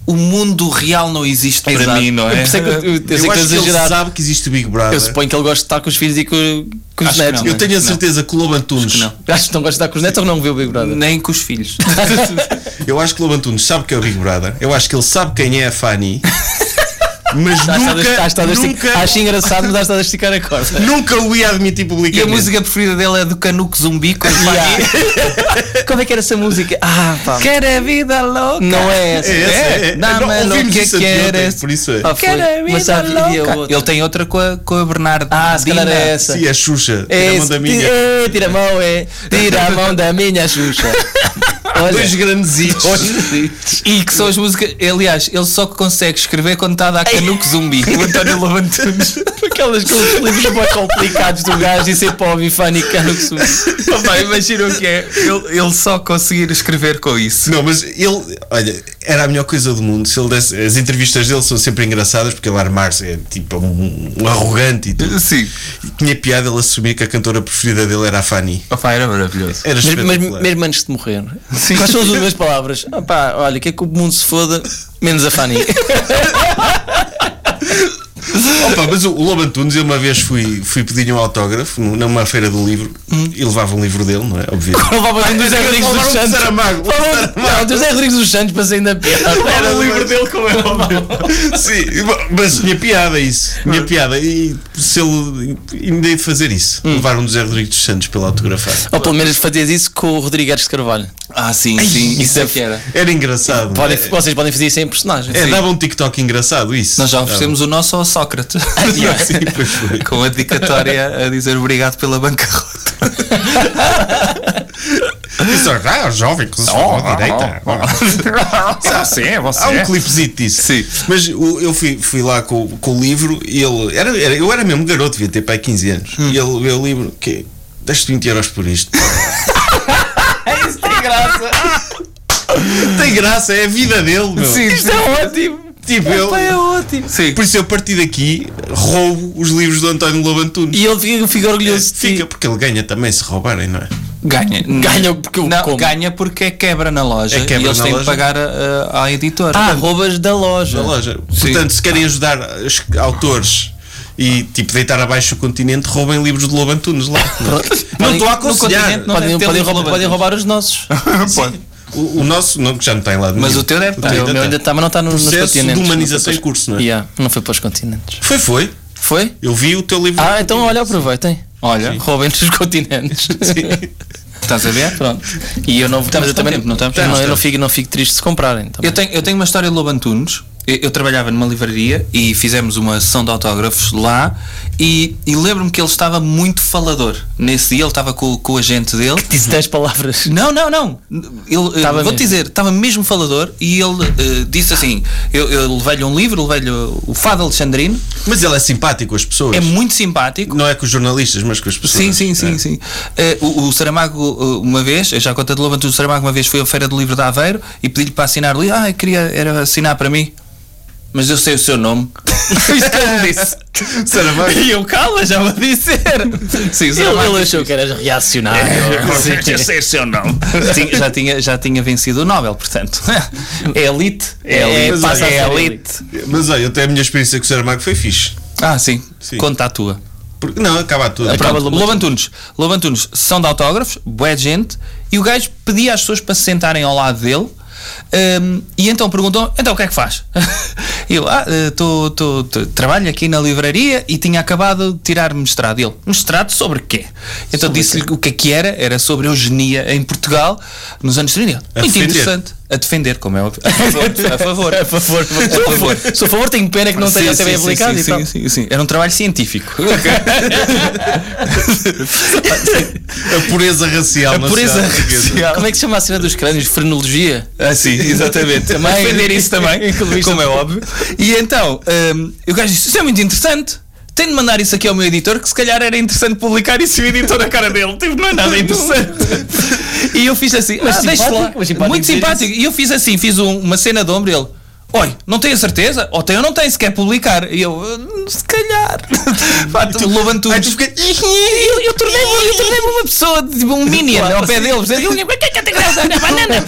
E: o mundo real não existe para
F: Exato.
E: mim, não é?
F: Eu sei que eu, eu, eu sei
C: eu
F: que
C: acho
F: estou
C: que ele
F: exagerado.
C: sabe que existe o Big Brother.
F: Eu suponho que ele gosta de estar com os filhos e com, com os
E: Acho que
F: netos.
E: não.
F: Eu
C: Eu tenho a
E: Não.
C: certeza que o Lobo Antunes.
E: que não.
F: Acho que não gosta de estar com os netos ou não vê o Big Brother?
E: Nem com os filhos.
C: Eu acho que o Lobo Antunes sabe que é o Big Brother. Eu acho que ele sabe quem é a Fanny. Mas
F: Acho que está- está- está-
C: nunca, nunca,
F: Acho engraçado, mas está a esticar a corda.
C: nunca o ia admitir
E: e a
C: publicamente.
E: música preferida dele é do Canuco Zumbi com
F: Como é que era essa música? Ah, pá.
E: Quer a é vida louca?
F: Não é essa.
C: É essa, é, é. Não,
E: Dá-me o
C: ouvimos
E: que
C: isso anteontem,
E: queres.
C: por isso é.
F: Ah, foi.
E: Quero a
F: Mas
E: vida
F: havia
E: louca.
F: outra.
E: Ele tem outra com a, com a Bernarda.
F: Ah, se calhar é essa.
C: Sim, a Xuxa.
F: É
C: É,
F: esse.
C: da minha.
F: É, tira a mão, é. Tira a mão da minha Xuxa.
C: Dois
F: Olha.
C: grandes hits.
E: E que são as músicas. Aliás, ele só consegue escrever quando está a dar canuco zumbi. O António Lavantunes.
F: Aquelas com os livros bem complicados do gajo e sempre ouvi Fanny Cano que subiu.
E: Opa, imagina o que é. Ele, ele só conseguir escrever com isso.
C: Não, mas ele, olha, era a melhor coisa do mundo. Se ele desse- as entrevistas dele são sempre engraçadas porque ele armar-se é tipo um, um arrogante e tudo.
E: Sim.
C: E tinha piada ele assumir que a cantora preferida dele era a Fanny.
E: Opa, era maravilhoso.
C: Era
F: Mas, mas
C: espetacular.
F: mesmo antes de morrer, é? quais são as últimas palavras? Ah pá, olha, que é que o mundo se foda, menos a Fanny.
C: Opa, mas o o Lobo Antunes, eu uma vez fui, fui pedir um autógrafo numa feira do livro e levava um livro dele, não é? Obviamente.
F: Não levava um dos Zé Rodrigues
C: Levaram
F: dos
C: um de
F: Santos.
C: Saramago, um de
F: Não, o José Rodrigues dos Santos passei ainda pior.
C: Era o livro dele, como é óbvio. Sim, mas tinha piada isso. Tinha piada. E se ele ainda hei de fazer isso, levar um do Zé Rodrigues dos Santos pela autografar.
F: Ou pelo menos fazias isso com o Rodrigo Aires de Carvalho.
E: Ah, sim, sim. Isso,
F: isso
E: é
F: é-
E: que era.
C: Era engraçado. não é?
F: Podem- vocês podem fazer isso em personagem.
C: É, dava um TikTok engraçado isso.
E: Nós já oferecemos o nosso ao Sócrates.
C: Ah, sim, pois foi.
E: com a dedicatória a dizer obrigado pela bancarrota.
C: Isso, ah, jovem, com oh, direita.
E: Sim, é assim, você.
C: Há um clipezito disso.
E: Sim.
C: Mas o- eu fui, fui lá com, com o livro e ele. Era, era- eu era mesmo garoto, devia ter pai 15 anos.
E: Hum.
C: E ele vê o livro, que Deste 20 euros por isto. Tem graça, é a vida dele, meu.
E: Isto é ótimo.
C: Tipo, eu,
F: É
E: ótimo. Sim.
C: por isso eu parti daqui, roubo os livros do António Lobo Antunes.
F: E ele fica, fica orgulhoso de ti.
C: Fica, porque ele ganha também se roubarem, não é?
E: Ganha.
F: Ganha porque eu
E: não,
F: como.
E: ganha porque é quebra na loja
C: É quebra
E: e eles
C: na
E: têm de
C: loja.
E: pagar a- a- à editora.
F: Ah, roubas da
C: Da
F: loja.
C: loja.
E: Sim.
C: Portanto, se querem ajudar os autores e tipo deitar abaixo o continente, roubem livros de Lobo Antunes lá. Não estou a aconselhar.
E: continente não
F: podem,
E: deve ter
F: podem
E: livro da
F: roubar, podem
E: Bandeira.
F: roubar os nossos.
E: Pode.
C: O, o nosso não, que já não está em lado
E: Mas
C: nenhum.
E: o teu deve estar.
C: teu
F: Ah, O meu ainda está, mas não está nos, nos
C: Processo
F: continentes.
C: de humanização
F: não
C: em
F: foi para os-
C: curso, não é?
F: Yeah, não foi para os continentes.
C: Foi, foi.
F: Foi?
C: Eu vi o teu livro.
F: Ah, então olha, aproveitem.
E: Olha,
F: Roubem-nos os continentes.
E: estás a ver?
F: Pronto. E eu não
E: Estamos
F: eu também
E: com tempo, não estamos?
F: não, eu não
E: Estamos.
F: fico, não fico triste se comprarem. também.
E: Eu tenho, eu tenho uma história de Lobo Antunes. Eu, eu trabalhava numa livraria e fizemos uma sessão de autógrafos lá. E, e lembro-me que ele estava muito falador. Nesse dia ele estava com, com o agente dele.
F: Disse 10 palavras.
E: Não, não, não. Ele,
F: Tava
E: eh, vou-te
F: mesmo.
E: dizer, estava mesmo falador e ele eh, disse assim: eu, eu levei-lhe um livro, levei-lhe o o Fado Alexandrino,
C: Mas ele é simpático com as pessoas.
E: é muito simpático.
C: Não é com os jornalistas, mas com as pessoas.
E: Sim, sim, sim, sim. Eh, o, o Saramago, eh, uma vez, eu já contei de Lobo Antunes, o Saramago uma vez foi à Feira do Livro de Aveiro e pedi-lhe para assinar o livro. Ah, eu queria era assinar para mim. Mas eu sei o seu nome. Isto que ele disse.
C: Saramago.
E: E eu, calma, já vou dizer. Sim, o
F: Ele,
E: Saramago
F: ele achou que eras reacionário.
E: Eu sei o seu nome. Tinha- já, tinha, já tinha vencido o Nobel, portanto. É elite. É
F: É,
E: elite.
F: passa a
E: é
F: ser
E: elite.
C: Mas olha, até a minha experiência com o Saramago foi fixe.
E: Ah, sim.
C: Sim.
E: Conta a tua.
C: Porque, não, acaba tudo.
E: Pronto, Lobo Antunes. Lobo Antunes, sessão de autógrafos, boa gente, e o gajo pedia às pessoas para se sentarem ao lado dele. hum, e então perguntou: então o que é que faz? E ele, ah, eh, tô, tô, tô- trabalho aqui na livraria e tinha acabado de tirar mestrado. E ele, mestrado sobre quê? Então disse-lhe o que é que era, era sobre eugenia em Portugal nos anos 30.
C: A
E: Muito
C: defender.
E: interessante. A defender, como é óbvio. A favor, a favor. a favor. A favor.
F: Se a favor, tenho pena que não tenha
E: Sim,
F: até bem
E: sim, sim,
F: aplicado
E: sim,
F: e tal.
E: sim, sim, sim. Era um trabalho científico.
C: A pureza racial.
E: A
C: na
E: pureza
C: sociedade portuguesa.
E: racial.
F: Como é que se chama a cena dos crânios? Frenologia?
E: Ah, sim, exatamente.
F: Também.
E: Defender isso também,
F: Ecologista.
E: como é óbvio. E então, hum, o gajo disse: Isso é muito interessante. Tenho de mandar isso aqui ao meu editor, que se calhar era interessante publicar isso e o editor na cara dele. Tipo, não é nada interessante. e eu fiz assim:
F: Mas
E: "Ah, deixa
F: simpático,
E: lá."
F: mas simpático
E: Muito
F: dizer
E: simpático. E eu fiz assim: fiz um- uma cena de ombro e ele. Olha, não tenho a certeza? Ou tem ou não tem, se quer publicar. E eu, "Ah, se calhar. Pá, um tu, Loban Tunes.
C: Ai, tu fica-
E: Eu, eu tornei-me eu tornei-me uma pessoa, tipo um minion
F: Claro,
E: ao pé
F: sim.
E: deles. Eu, eu, "Mas que é que eu tenho que usar na banana?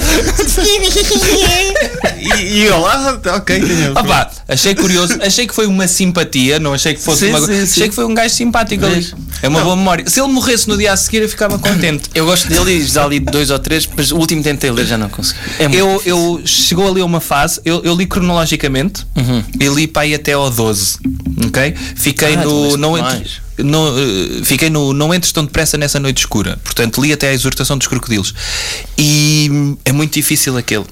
C: E, e eu lá, tá, ok, tenho.
E: Ah pá, achei curioso, achei que foi uma simpatia, não achei que fosse
F: Sim,
E: uma coisa.
F: sim, sim.
E: Achei que foi um gajo simpático ali.
F: Vês?
E: É uma boa memória. Se ele morresse no dia a seguir, eu ficava contente.
F: Eu gosto dele e já li dois ou três, mas o último tentei ler, já não consegui. É muito
E: Eu, eu chegou ali a uma fase, eu, eu li cronologicamente e li para aí até ao 12. Ok? Fiquei
F: Uhum. Ah, tu
E: no. Não
F: leste mais.
E: entres, não, eh, fiquei no Não Entres Tão Depressa nessa noite escura. Portanto, li até a exortação dos crocodilos. E hum, é muito difícil aquele.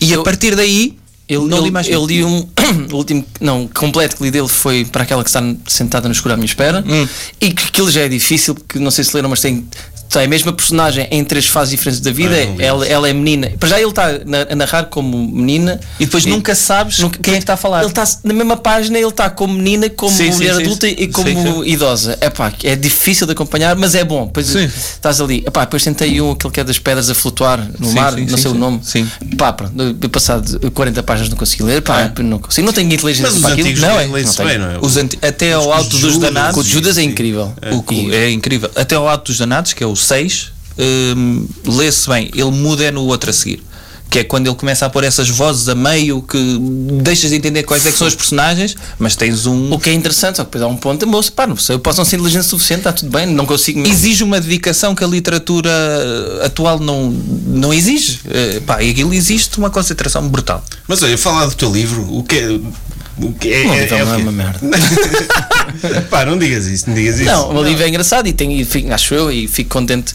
E: E a partir daí.
F: Eu,
E: não
F: eu-
E: li mais
F: eu
E: nada.
F: li um. o último. Não, completo que li dele foi para aquela que está sentada no escuro à minha espera.
E: Hum.
F: E que aquilo já é difícil, porque não sei se leram, mas tem. Tem a mesma personagem em três fases diferentes da vida.
C: Ah, não li
F: ela, ela é menina. Para já ele está na- a narrar como menina.
E: E depois nunca sabes
F: nunca-
E: quem é que está a falar.
F: Ele está na mesma página, ele está como menina, como
E: Sim, sim,
F: mulher
E: sim,
F: adulta
E: sim.
F: e como
E: Sim,
F: idosa. É pá, é difícil de acompanhar, mas é bom. Pois
E: Sim.
F: estás ali. Epá, depois tentei um, aquele que é das pedras a flutuar no
E: Sim,
F: mar,
E: sim,
F: não
E: sim,
F: sei o
E: sim.
F: nome.
E: Sim. Ah,
F: Pá, pronto, eu passado 40 páginas não consegui ler,
E: é?
F: pá, não consigo. Não tenho inteligência
C: Mas os
F: para aquilo.
C: antigos
F: não é?
C: leem-se
F: Não tenho.
C: bem, não é?
E: Os anti- até
C: Os-
E: ao alto
C: os
E: dos
C: Judas.
E: danados.
F: O de Judas é
C: Sim.
F: incrível.
E: O que é incrível. Até ao ato dos danados, que é o 6, hum, lê-se bem. Ele muda é no outro a seguir. Que é quando ele começa a pôr essas vozes a meio que deixas de entender quais é que são os personagens, mas tens um.
F: O que é interessante, só que depois há um ponto, moço, pá, não sei, eu posso não ser inteligente o suficiente, está tudo bem, não consigo mesmo.
E: Exige uma dedicação que a literatura eh, atual não, não exige. Eh, Pá, e aquilo existe uma concentração brutal.
C: Mas olha, falar do teu livro, o que é. O que é,
F: Não,
C: é,
F: então
C: é o
F: não é
C: quê?
F: uma merda.
C: Pá, não digas isso, não digas isso.
F: Não, o meu livro é engraçado e tenho, e fico- acho eu e fico contente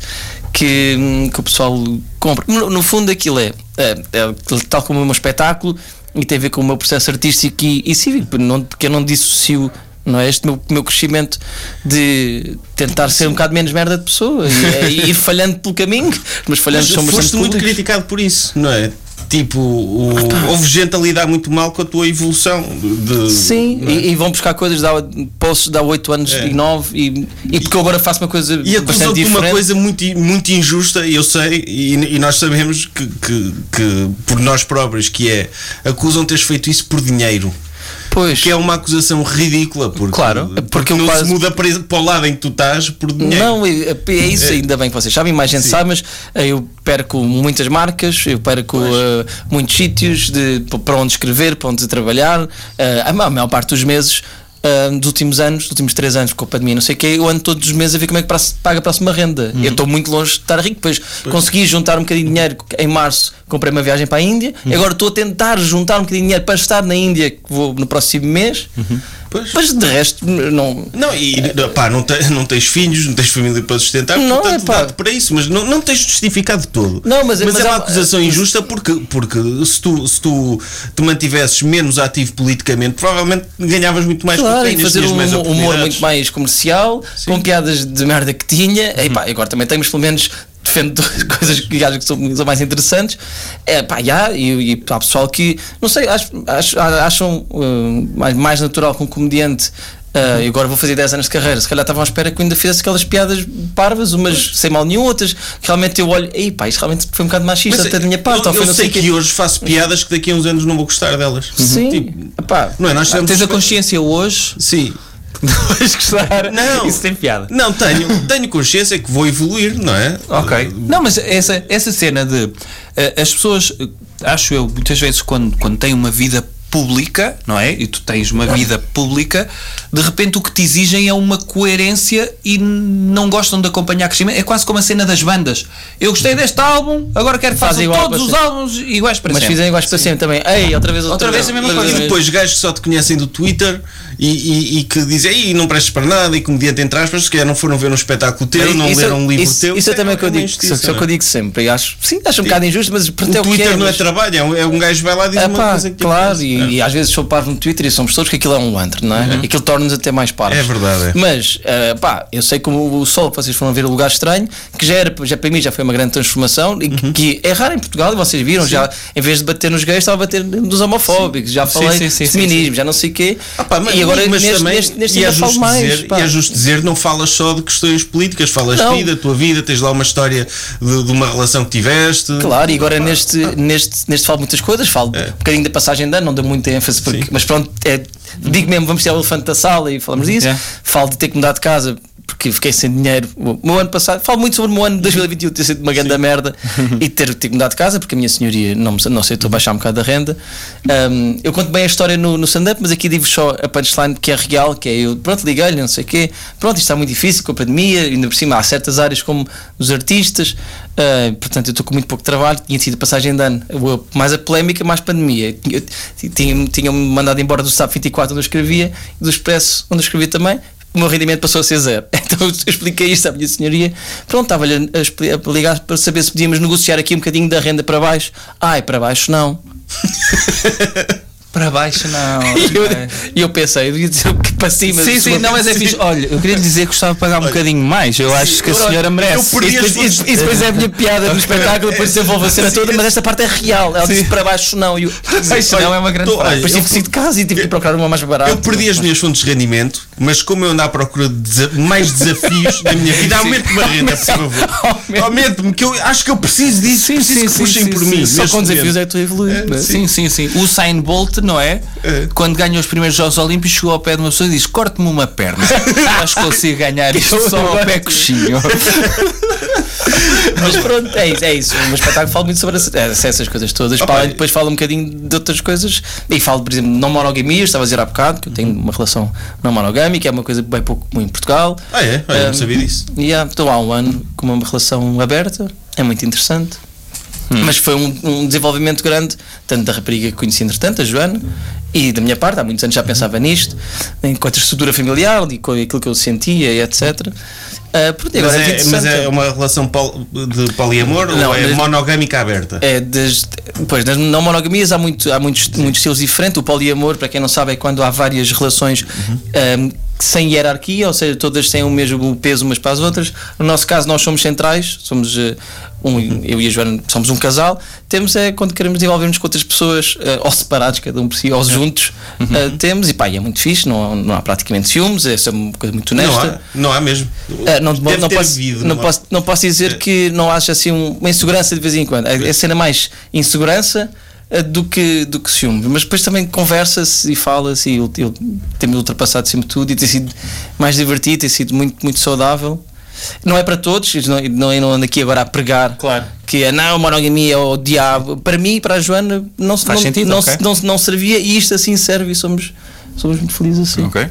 F: que, hum, que o pessoal compre. No, no fundo, aquilo é, é- é tal como o meu espetáculo e tem a ver com o meu processo artístico e, e civil, porque não- porque eu não dissocio. Não é este meu, meu crescimento de tentar ser um bocado menos merda de pessoa e, e ir falhando pelo caminho, mas falhando
C: Mas
F: são
C: foste
F: bastante
C: muito
F: públicas.
C: criticado por isso, não é? Tipo, o-
F: Ah,
C: houve gente a lidar muito mal com a tua evolução. de-
F: Sim,
C: não é?
F: e, e vão buscar coisas, dá, posso dar 8 anos
C: É.
F: e 9, e, e porque eu agora faço uma coisa
C: E
F: bastante
C: acusou-te de
F: diferente.
C: uma coisa muito, muito injusta, eu sei, e, e nós sabemos que, que- que por nós próprios, que é acusam teres feito isso por dinheiro.
F: Pois.
C: Que é uma acusação ridícula, porque,
F: Claro, porque
C: porque
F: eu
C: não
F: quase-
C: se muda para, para o lado em que tu estás por dinheiro.
F: Não, é, é isso, ainda bem que vocês sabem, mais gente sabe, mas eh, eu perco muitas marcas, eu perco eh, muitos sítios de, p- para onde escrever, para onde trabalhar. eh, a ma- a maior parte dos meses eh, dos últimos anos, dos últimos três anos, com a pandemia, não sei o que, eu ando todos os meses a ver como é que pra- se paga a próxima renda. Eu estou muito longe de estar rico, depois consegui juntar um bocadinho de dinheiro em março, comprei uma viagem para a Índia, e agora estou a tentar juntar um bocadinho de dinheiro para estar na Índia, que vou no próximo mês,
C: Pois.
F: mas de resto, não.
C: Não, e pá, não, te- não tens filhos, não tens família para sustentar,
F: Não,
C: portanto
F: é pá.
C: dá-te para isso, mas não, não tens justificado todo.
F: Não, mas- mas
C: é
F: há-
C: uma acusação injusta porque, porque se, tu, se tu te mantivesses menos ativo politicamente, provavelmente ganhavas muito mais
F: Claro,
C: porque
F: e
C: tinhas-
F: fazer
C: tinhas
F: um
C: mais
F: humor- humor
C: oportunidades.
F: muito mais comercial, com piadas de merda que tinha.
C: Uhum.
F: E pá, agora também temos pelo menos defendo coisas que acho que são, são mais interessantes. É, pá, e há, e, e há pessoal que, não sei, acho, acho- acham hum, mais- mais natural que um comediante.
C: Uhum.
F: ah, e agora vou fazer 10 anos de carreira. Se calhar estavam à espera que eu ainda fizesse aquelas piadas parvas, umas sem mal nenhum, outras que realmente eu olho, ei pá, isto realmente foi um bocado machista até da minha parte.
C: eu,
F: ou foi
C: eu
F: não
C: sei
F: quê."
C: que hoje faço piadas que daqui a uns anos não vou gostar delas.
F: Sim,
C: Tipo,
F: pá,
C: não é? Nós temos
E: Tens a consciência hoje.
C: Sim.
E: Vais gostar.
C: Não.
E: Isso tem piada.
C: Não, tenho, tenho consciência que vou evoluir, não é?
E: Ok. Não, mas essa, essa cena de. eh, as pessoas, eh, acho eu, muitas vezes quando, quando têm uma vida pública, não é? E tu tens uma vida pública, de repente o que te exigem é uma coerência e não gostam de acompanhar crescimento. É quase como a cena das bandas. Eu gostei deste álbum, agora quero que
F: Faz
E: façam
F: igual
E: todos
F: para
E: os
F: sempre.
E: álbuns iguais para
F: Mas
E: sempre.
F: fizem iguais para sempre também. Ei, outra vez
E: Outra vez a mesma coisa.
C: E depois gajos que só te conhecem do Twitter e, e- e que dizem "Ei, não prestes para nada e comediante entre aspas, se calhar não foram ver um espetáculo teu, não leram um livro
F: isso,
C: teu.
F: Isso é também o
C: uma
F: que eu digo.
C: injustiça,
F: Só, só
C: não é?
F: que eu digo sempre. E acho, sim, acho um bocado injusto, mas pronto, é
C: O
F: o que
C: Twitter
F: é.
C: não é
F: mas-
C: trabalho, é um, é um gajo vai lá e diz
F: Ah,
C: uma
F: pá,
C: coisa que
F: claro,
C: acontece.
F: e,
C: É.
F: e às vezes sou parvo no Twitter e somos todos que aquilo é um antro, não é? Aquilo torna-nos até mais parvos.
C: Uhum. É verdade, é.
F: Mas, ah, pá, eu sei como o sol que vocês foram ver o lugar estranho, que já, era, já para mim já foi uma grande transformação e
C: Uhum.
F: que, que é raro em Portugal, e vocês viram, já em vez de bater nos gays, estava a bater nos homofóbicos, já falei
E: sim, sim,
F: de
E: sim,
F: feminismo, já não sei o quê.
C: Ah, pá, mas-
F: e agora
C: mas
F: neste,
C: também-
F: neste, neste
C: e é
F: ainda falo
C: justo
F: mais.
C: dizer,
F: pá.
C: e é justo dizer, não falas só de questões políticas, falas
F: Não.
C: de ti, da tua vida, tens lá uma história de, de uma relação que tiveste.
F: Claro, e agora neste, neste, neste falo muitas coisas, falo um bocadinho da passagem de ano, não deu muita ênfase, porque- mas pronto, é, digo mesmo, vamos ter o elefante da sala e falamos disso.
E: Yeah.
F: Falo de ter que mudar de casa porque fiquei sem dinheiro. O meu ano passado, falo muito sobre o meu ano de 2021 ter sido uma grande merda e ter ter que mudar de casa porque a minha senhoria não, me- não aceitou baixar um bocado a renda. Um, eu conto bem a história no, no stand-up, mas aqui digo só a punchline que é real, que é eu, pronto, liguei-lhe, não sei o quê, pronto, isto está muito difícil com a pandemia, ainda por cima há certas áreas como os artistas, ah, portanto eu estou com muito pouco trabalho, tinha sido passagem de ano, Eu- mais a polémica, mais pandemia. Eu- Tinha- Tinham-me mandado embora do SAP 24 onde eu escrevia, e do Expresso onde eu escrevi também, o meu rendimento passou a ser zero. Então eu expliquei isto à minha senhoria. Pronto, estava-lhe a, expli- a ligar para saber se podíamos negociar aqui um bocadinho da renda para baixo. Ai, para baixo não.
E: Para baixo, não.
F: E eu, e eu pensei, eu devia dizer o que para cima.
E: Sim, sim, não, mas é fixe. Olha, eu queria lhe dizer que gostava de pagar um bocadinho mais. Eu acho que a
C: olha,
E: senhora
C: eu
E: merece.
C: perdi
E: E depois-
C: as fontes-
E: e- e depois é a minha piada
F: No espetáculo depois desenvolve a cena toda, mas esta parte é real. Ela disse para baixo não. E eu,
E: Isso não é uma grande
C: tô-
E: frase.
C: olha,
F: depois
C: eu-
F: tive que sair de casa e tive que procurar uma mais barata.
C: Eu perdi as minhas fontes de rendimento, mas como eu ando à procura de desa- mais desafios na minha vida, aumente-me a renda, por favor. Aumente-me, que eu acho que eu preciso disso, preciso que puxem por mim.
F: Só
C: neste
F: com desafios
C: momento.
F: é que tu evoluís. não é?
E: Sim, sim, sim. O Usain Bolt, não é? Quando ganhou os primeiros Jogos Olímpicos, chegou ao pé de uma pessoa e disse: Corte-me uma perna. Acho que consigo ganhar isto
F: Eu
E: só ao
F: agora-
E: pé coxinho.
F: Mas pronto, é isso, é isso. O meu espetáculo fala muito sobre essa- essa- essas coisas todas. Para além, depois falo um bocadinho de outras coisas. E falo, por exemplo, de não monogamia, estava a dizer há bocado, que eu tenho uma relação não monogâmica, é uma coisa bem pouco comum em Portugal.
C: Ah, é? Olha, não sabia disso.
F: E há- estou há um ano com uma relação aberta, é muito interessante.
C: Hum.
F: Mas foi um, um desenvolvimento grande, tanto da rapariga que conheci entretanto, a Joana, e da minha parte, há muitos anos já pensava nisto, enquanto a estrutura familiar e com aquilo que eu sentia e etc. Ah, pronto, e
C: Mas
F: agora é,
C: é,
F: interessante.
C: mas é uma relação pol- de poliamor
F: Não,
C: ou é
F: mas-
C: monogâmica aberta?
F: É, das, pois, nas não monogamias há, muito, há muitos, muitos estilos diferentes. O poliamor, para quem não sabe, é quando há várias relações
C: Uhum.
F: ahm, sem hierarquia, ou seja, todas têm o mesmo peso umas para as outras. No nosso caso, nós somos centrais, somos eh, um,
C: Uhum.
F: eu e a Joana somos um casal. Temos é quando queremos desenvolver-nos com outras pessoas, eh, ou separados, cada um por si, ou
C: Uhum.
F: juntos, eh, temos. E pá, e é muito fixe, não, não há praticamente ciúmes, é só uma coisa muito
C: não,
F: honesta.
C: há, não há mesmo.
F: Ah, não,
C: Deve
F: não
C: ter
F: posso,
C: havido,
F: não,
C: há?
F: posso, não posso
E: É.
F: dizer que não haja assim um- uma insegurança de vez em quando. É é cena mais insegurança ah, do que, do que ciúme. Mas depois também conversa-se e fala-se e eu, eu tenho ultrapassado sempre tudo e tem sido mais divertido, tem sido muito, muito saudável. Não é para todos, eu não, não, eu não ando aqui agora a pregar
E: Claro.
F: que é não, monogamia é o diabo. Para mim, e para a Joana, não, se-
E: Faz
F: não,
E: sentido,
F: não,
E: ok.
F: se- não, se- não servia e isto assim serve e somos, somos muito felizes assim.
E: Ok.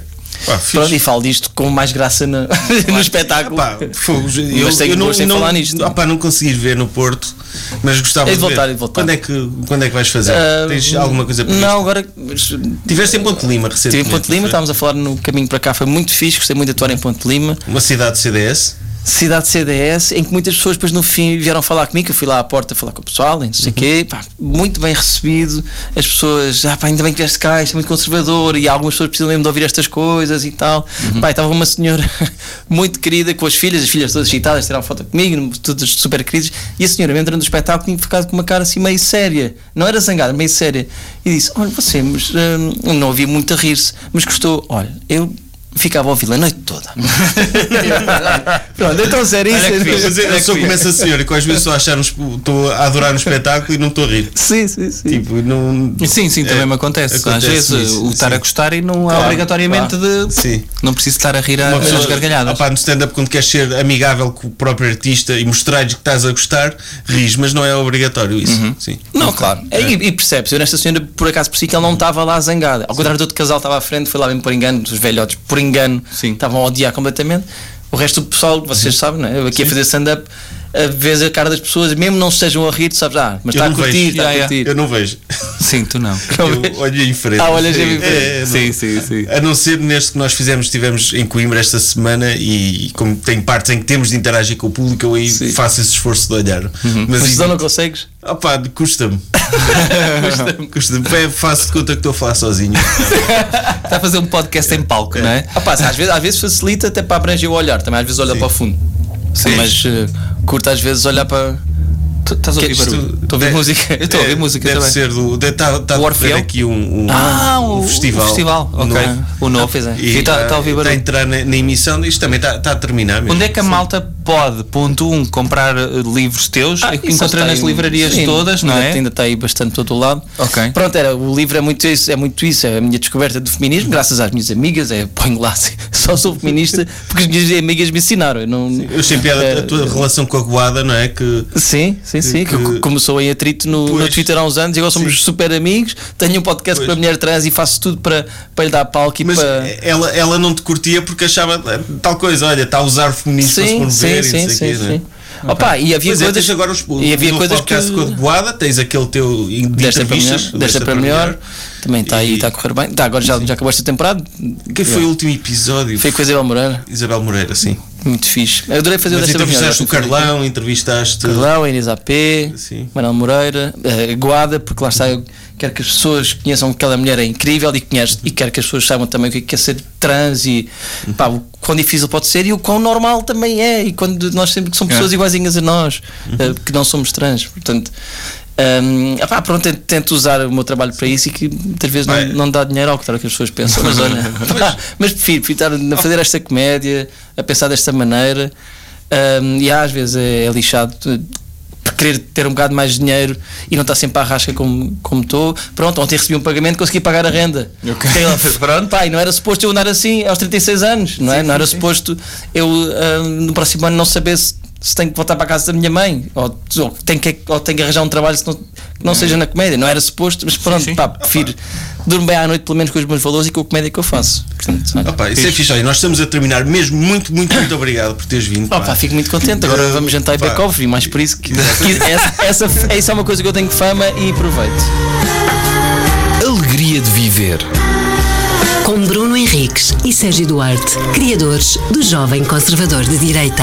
C: Pá, fixe.
F: Pronto, e falo disto com mais graça no, no espetáculo.
C: Pá, fogo, eu,
F: Mas tenho
C: eu não,
F: gosto em
C: não,
F: falar nisto.
C: Ah, pá, não consegui ver no Porto, mas gostava
F: Hei
C: de,
F: de voltar,
C: ver.
F: hei de voltar.
C: Quando é que, quando é que vais fazer?
F: Ah,
C: Tens alguma coisa para Tipo,
F: Não, agora. Estive
C: Tiveste em Ponte Lima recentemente.
F: em Ponte Lima, tá.
C: não foi?
F: estávamos a falar no caminho para cá, foi muito fixe, gostei muito de atuar em Ponte Lima.
C: Uma cidade do CDS.
F: Cidade CDS, em que muitas pessoas depois no fim vieram falar comigo, eu fui lá à porta falar com o pessoal, e não sei o quê, pá, muito bem recebido. As pessoas, ah, pá, ainda bem que vieste cá, isto é muito conservador e algumas pessoas precisam mesmo de ouvir estas coisas e tal. Pá, e estava uma senhora muito querida com as filhas, as filhas todas agitadas, tiraram foto comigo, todas super queridas, e a senhora, mesmo durante o espetáculo, tinha ficado com uma cara assim meio séria, não era zangada, meio séria, e disse: Olha, você, mas hum, não havia muito a rir-se, mas gostou, olha, eu. Ficava a ouvi-la a noite toda. Pronto, então sério, isso
E: Olha que
F: é-
C: Mas eu, eu só começo a senhora, que às vezes só achar um esp- estou a adorar um espetáculo e não estou a rir.
F: Sim, sim, sim.
C: Tipo, não.
E: Sim, sim, também
C: É,
E: me acontece.
C: acontece
E: Às vezes
C: isso,
E: o estar
C: sim.
E: a gostar e não há obrigatoriamente de.
C: Sim.
E: Não preciso estar a rir às pessoas gargalhadas.
C: Ah pá, no stand-up, quando queres ser amigável com o próprio artista e mostrar-lhe que estás a gostar, ris, mas não é obrigatório isso.
F: Uhum.
C: Sim.
F: Não, claro. E, e percebe-se, eu nesta senhora, por acaso, por si, que ela não estava lá zangada. Ao contrário do outro casal, estava à frente, foi lá mesmo por engano, os velhotes, por engano,
E: Sim.
F: estavam a odiar completamente. O resto do pessoal, vocês sabem, não é? Eu aqui a fazer stand-up, a vez a cara das pessoas, mesmo não estejam a rir, tu sabes, ah, mas
C: Eu
F: está a
C: não
F: curtir,
C: vejo.
F: está a
E: Yeah,
F: curtir.
C: Eu não vejo.
E: Sim, tu não.
C: Eu olho em frente. É,
F: Ah, olhas em frente.
C: não.
E: Sim, sim, sim.
C: A não ser neste que nós fizemos, estivemos em Coimbra esta semana e como tem partes em que temos de interagir com o público, eu aí faço esse esforço de olhar.
E: Uhum.
F: Mas
C: Mas
F: se não consegues,
C: Ah pá, custa-me. custa-me. Custa-me. É, Faço de conta que estou a falar sozinho.
E: Está a fazer um podcast em palco, não é?
F: Ah, pá, às, vezes, às vezes facilita até para abranger o olhar, também às vezes olha para o fundo. Mas eh, curto às vezes olhar para,
E: Tu- Estás a ouvir
C: Que isto-
E: barulho? Estou a ouvir
C: de-
E: música. Eu estou a ouvir
C: deve-
E: música
C: Deve
E: também.
C: ser do. Está tá a
E: O
C: decorrer
E: Orfeu?
C: aqui um, um,
E: Ah, o-
C: um festival.
E: o festival, ok. O novo, pois é. E tá- tá a ouvir
C: Está eh,
F: eh,
C: a
E: barulho.
C: entrar na, na emissão, isto também está está a terminar. Mesmo.
E: Onde é que a malta pode, ponto 1, um, comprar eh, livros teus?
F: Ah, isso
E: Encontra
F: está
E: nas
F: aí-
E: livrarias
F: sim,
E: todas, não
F: ainda-
E: é?
F: Ainda está aí bastante do todo lado.
E: Ok.
F: Pronto, era, o livro é muito isso, é muito isso, é a minha descoberta do feminismo, graças às minhas amigas, é, ponho lá, só sou feminista porque as minhas amigas me ensinaram. Eu não,
C: Eu achei piada
F: É,
C: a tua relação com a Guada, não é? Que
F: Sim, sim, sim. Que,
C: que-
F: começou em atrito no, no
C: Pois.
F: Twitter há uns anos e agora somos
C: Sim.
F: super amigos. Tenho um podcast
C: Pois.
F: para mulher trans e faço tudo para, para lhe dar palco e
C: Mas é,
F: para.
C: ela, ela não te curtia porque achava eh, tal coisa, olha, está a usar feminismo para se promover e não sei o quê, né?
F: Opa, e havia
C: Pois é,
F: coisas,
C: tens agora os, o-
F: e havia
C: no
F: coisas que
C: podcast com a Guada, tens aquele teu de
F: desta para melhor,
C: entrevistas,
F: desta, para melhor, também está aí,
C: E-
F: está a correr bem. Tá, agora já, já acabou esta temporada.
C: Quem foi o último episódio?
F: Foi com a Isabel Moreira,
C: Isabel Moreira, sim.
F: muito fixe. Eu adorei fazer o
C: Mas
F: desta para melhor.
C: entrevistaste o Carlão, entrevistaste.
F: Carlão, Inês AP,
C: Sim.
F: Manuel Moreira, eh, Guada, porque lá está, eu quero que as pessoas conheçam que aquela mulher é incrível e, conhece, e quero que as pessoas saibam também o que é que é ser trans e
C: Uhum.
F: pá, o quão difícil pode ser e o quão normal também é. E quando nós sempre que são
C: É.
F: pessoas iguaizinhas a nós,
C: Uhum.
F: eh, que não somos trans, portanto. hum, ah pá, pronto, tento, tento usar o meu trabalho para isso e que muitas vezes não,
C: Bem.
F: não dá dinheiro ao contrário do que as pessoas pensam, mas olha, pá, mas prefiro, prefiro estar a fazer esta comédia, a pensar desta maneira hum, e às vezes é, é lixado eh, querer ter um bocado mais de dinheiro e não estar sempre à rasca como como estou. Pronto, ontem recebi um pagamento, consegui pagar a renda. Fiquei lá, Pronto, pai, não era suposto eu andar assim aos 36 anos, não é? não era suposto eu ah, no próximo ano não saber se, se tenho que voltar para a casa da minha mãe ou, ou tenho, que, ou tenho que arranjar um trabalho se não- que não, seja na comédia. Não era suposto, mas pronto, pá, prefiro durmo bem à noite pelo menos com os meus valores e com a comédia que eu faço. Portanto, olha.
C: Opa, isso é fixe. Olha, nós estamos a terminar mesmo. Muito, muito, muito obrigado por teres vindo.
F: Oh,
C: pá.
F: pá, fico muito contente. Agora
C: Eh,
F: vamos jantar e
C: pá.
F: back-off e mais por isso que. que essa, essa, essa é uma coisa que eu tenho fama e aproveito.
B: Alegria de viver.
D: Com Bruno Henriques e Sérgio Duarte, criadores do Jovem Conservador de Direita.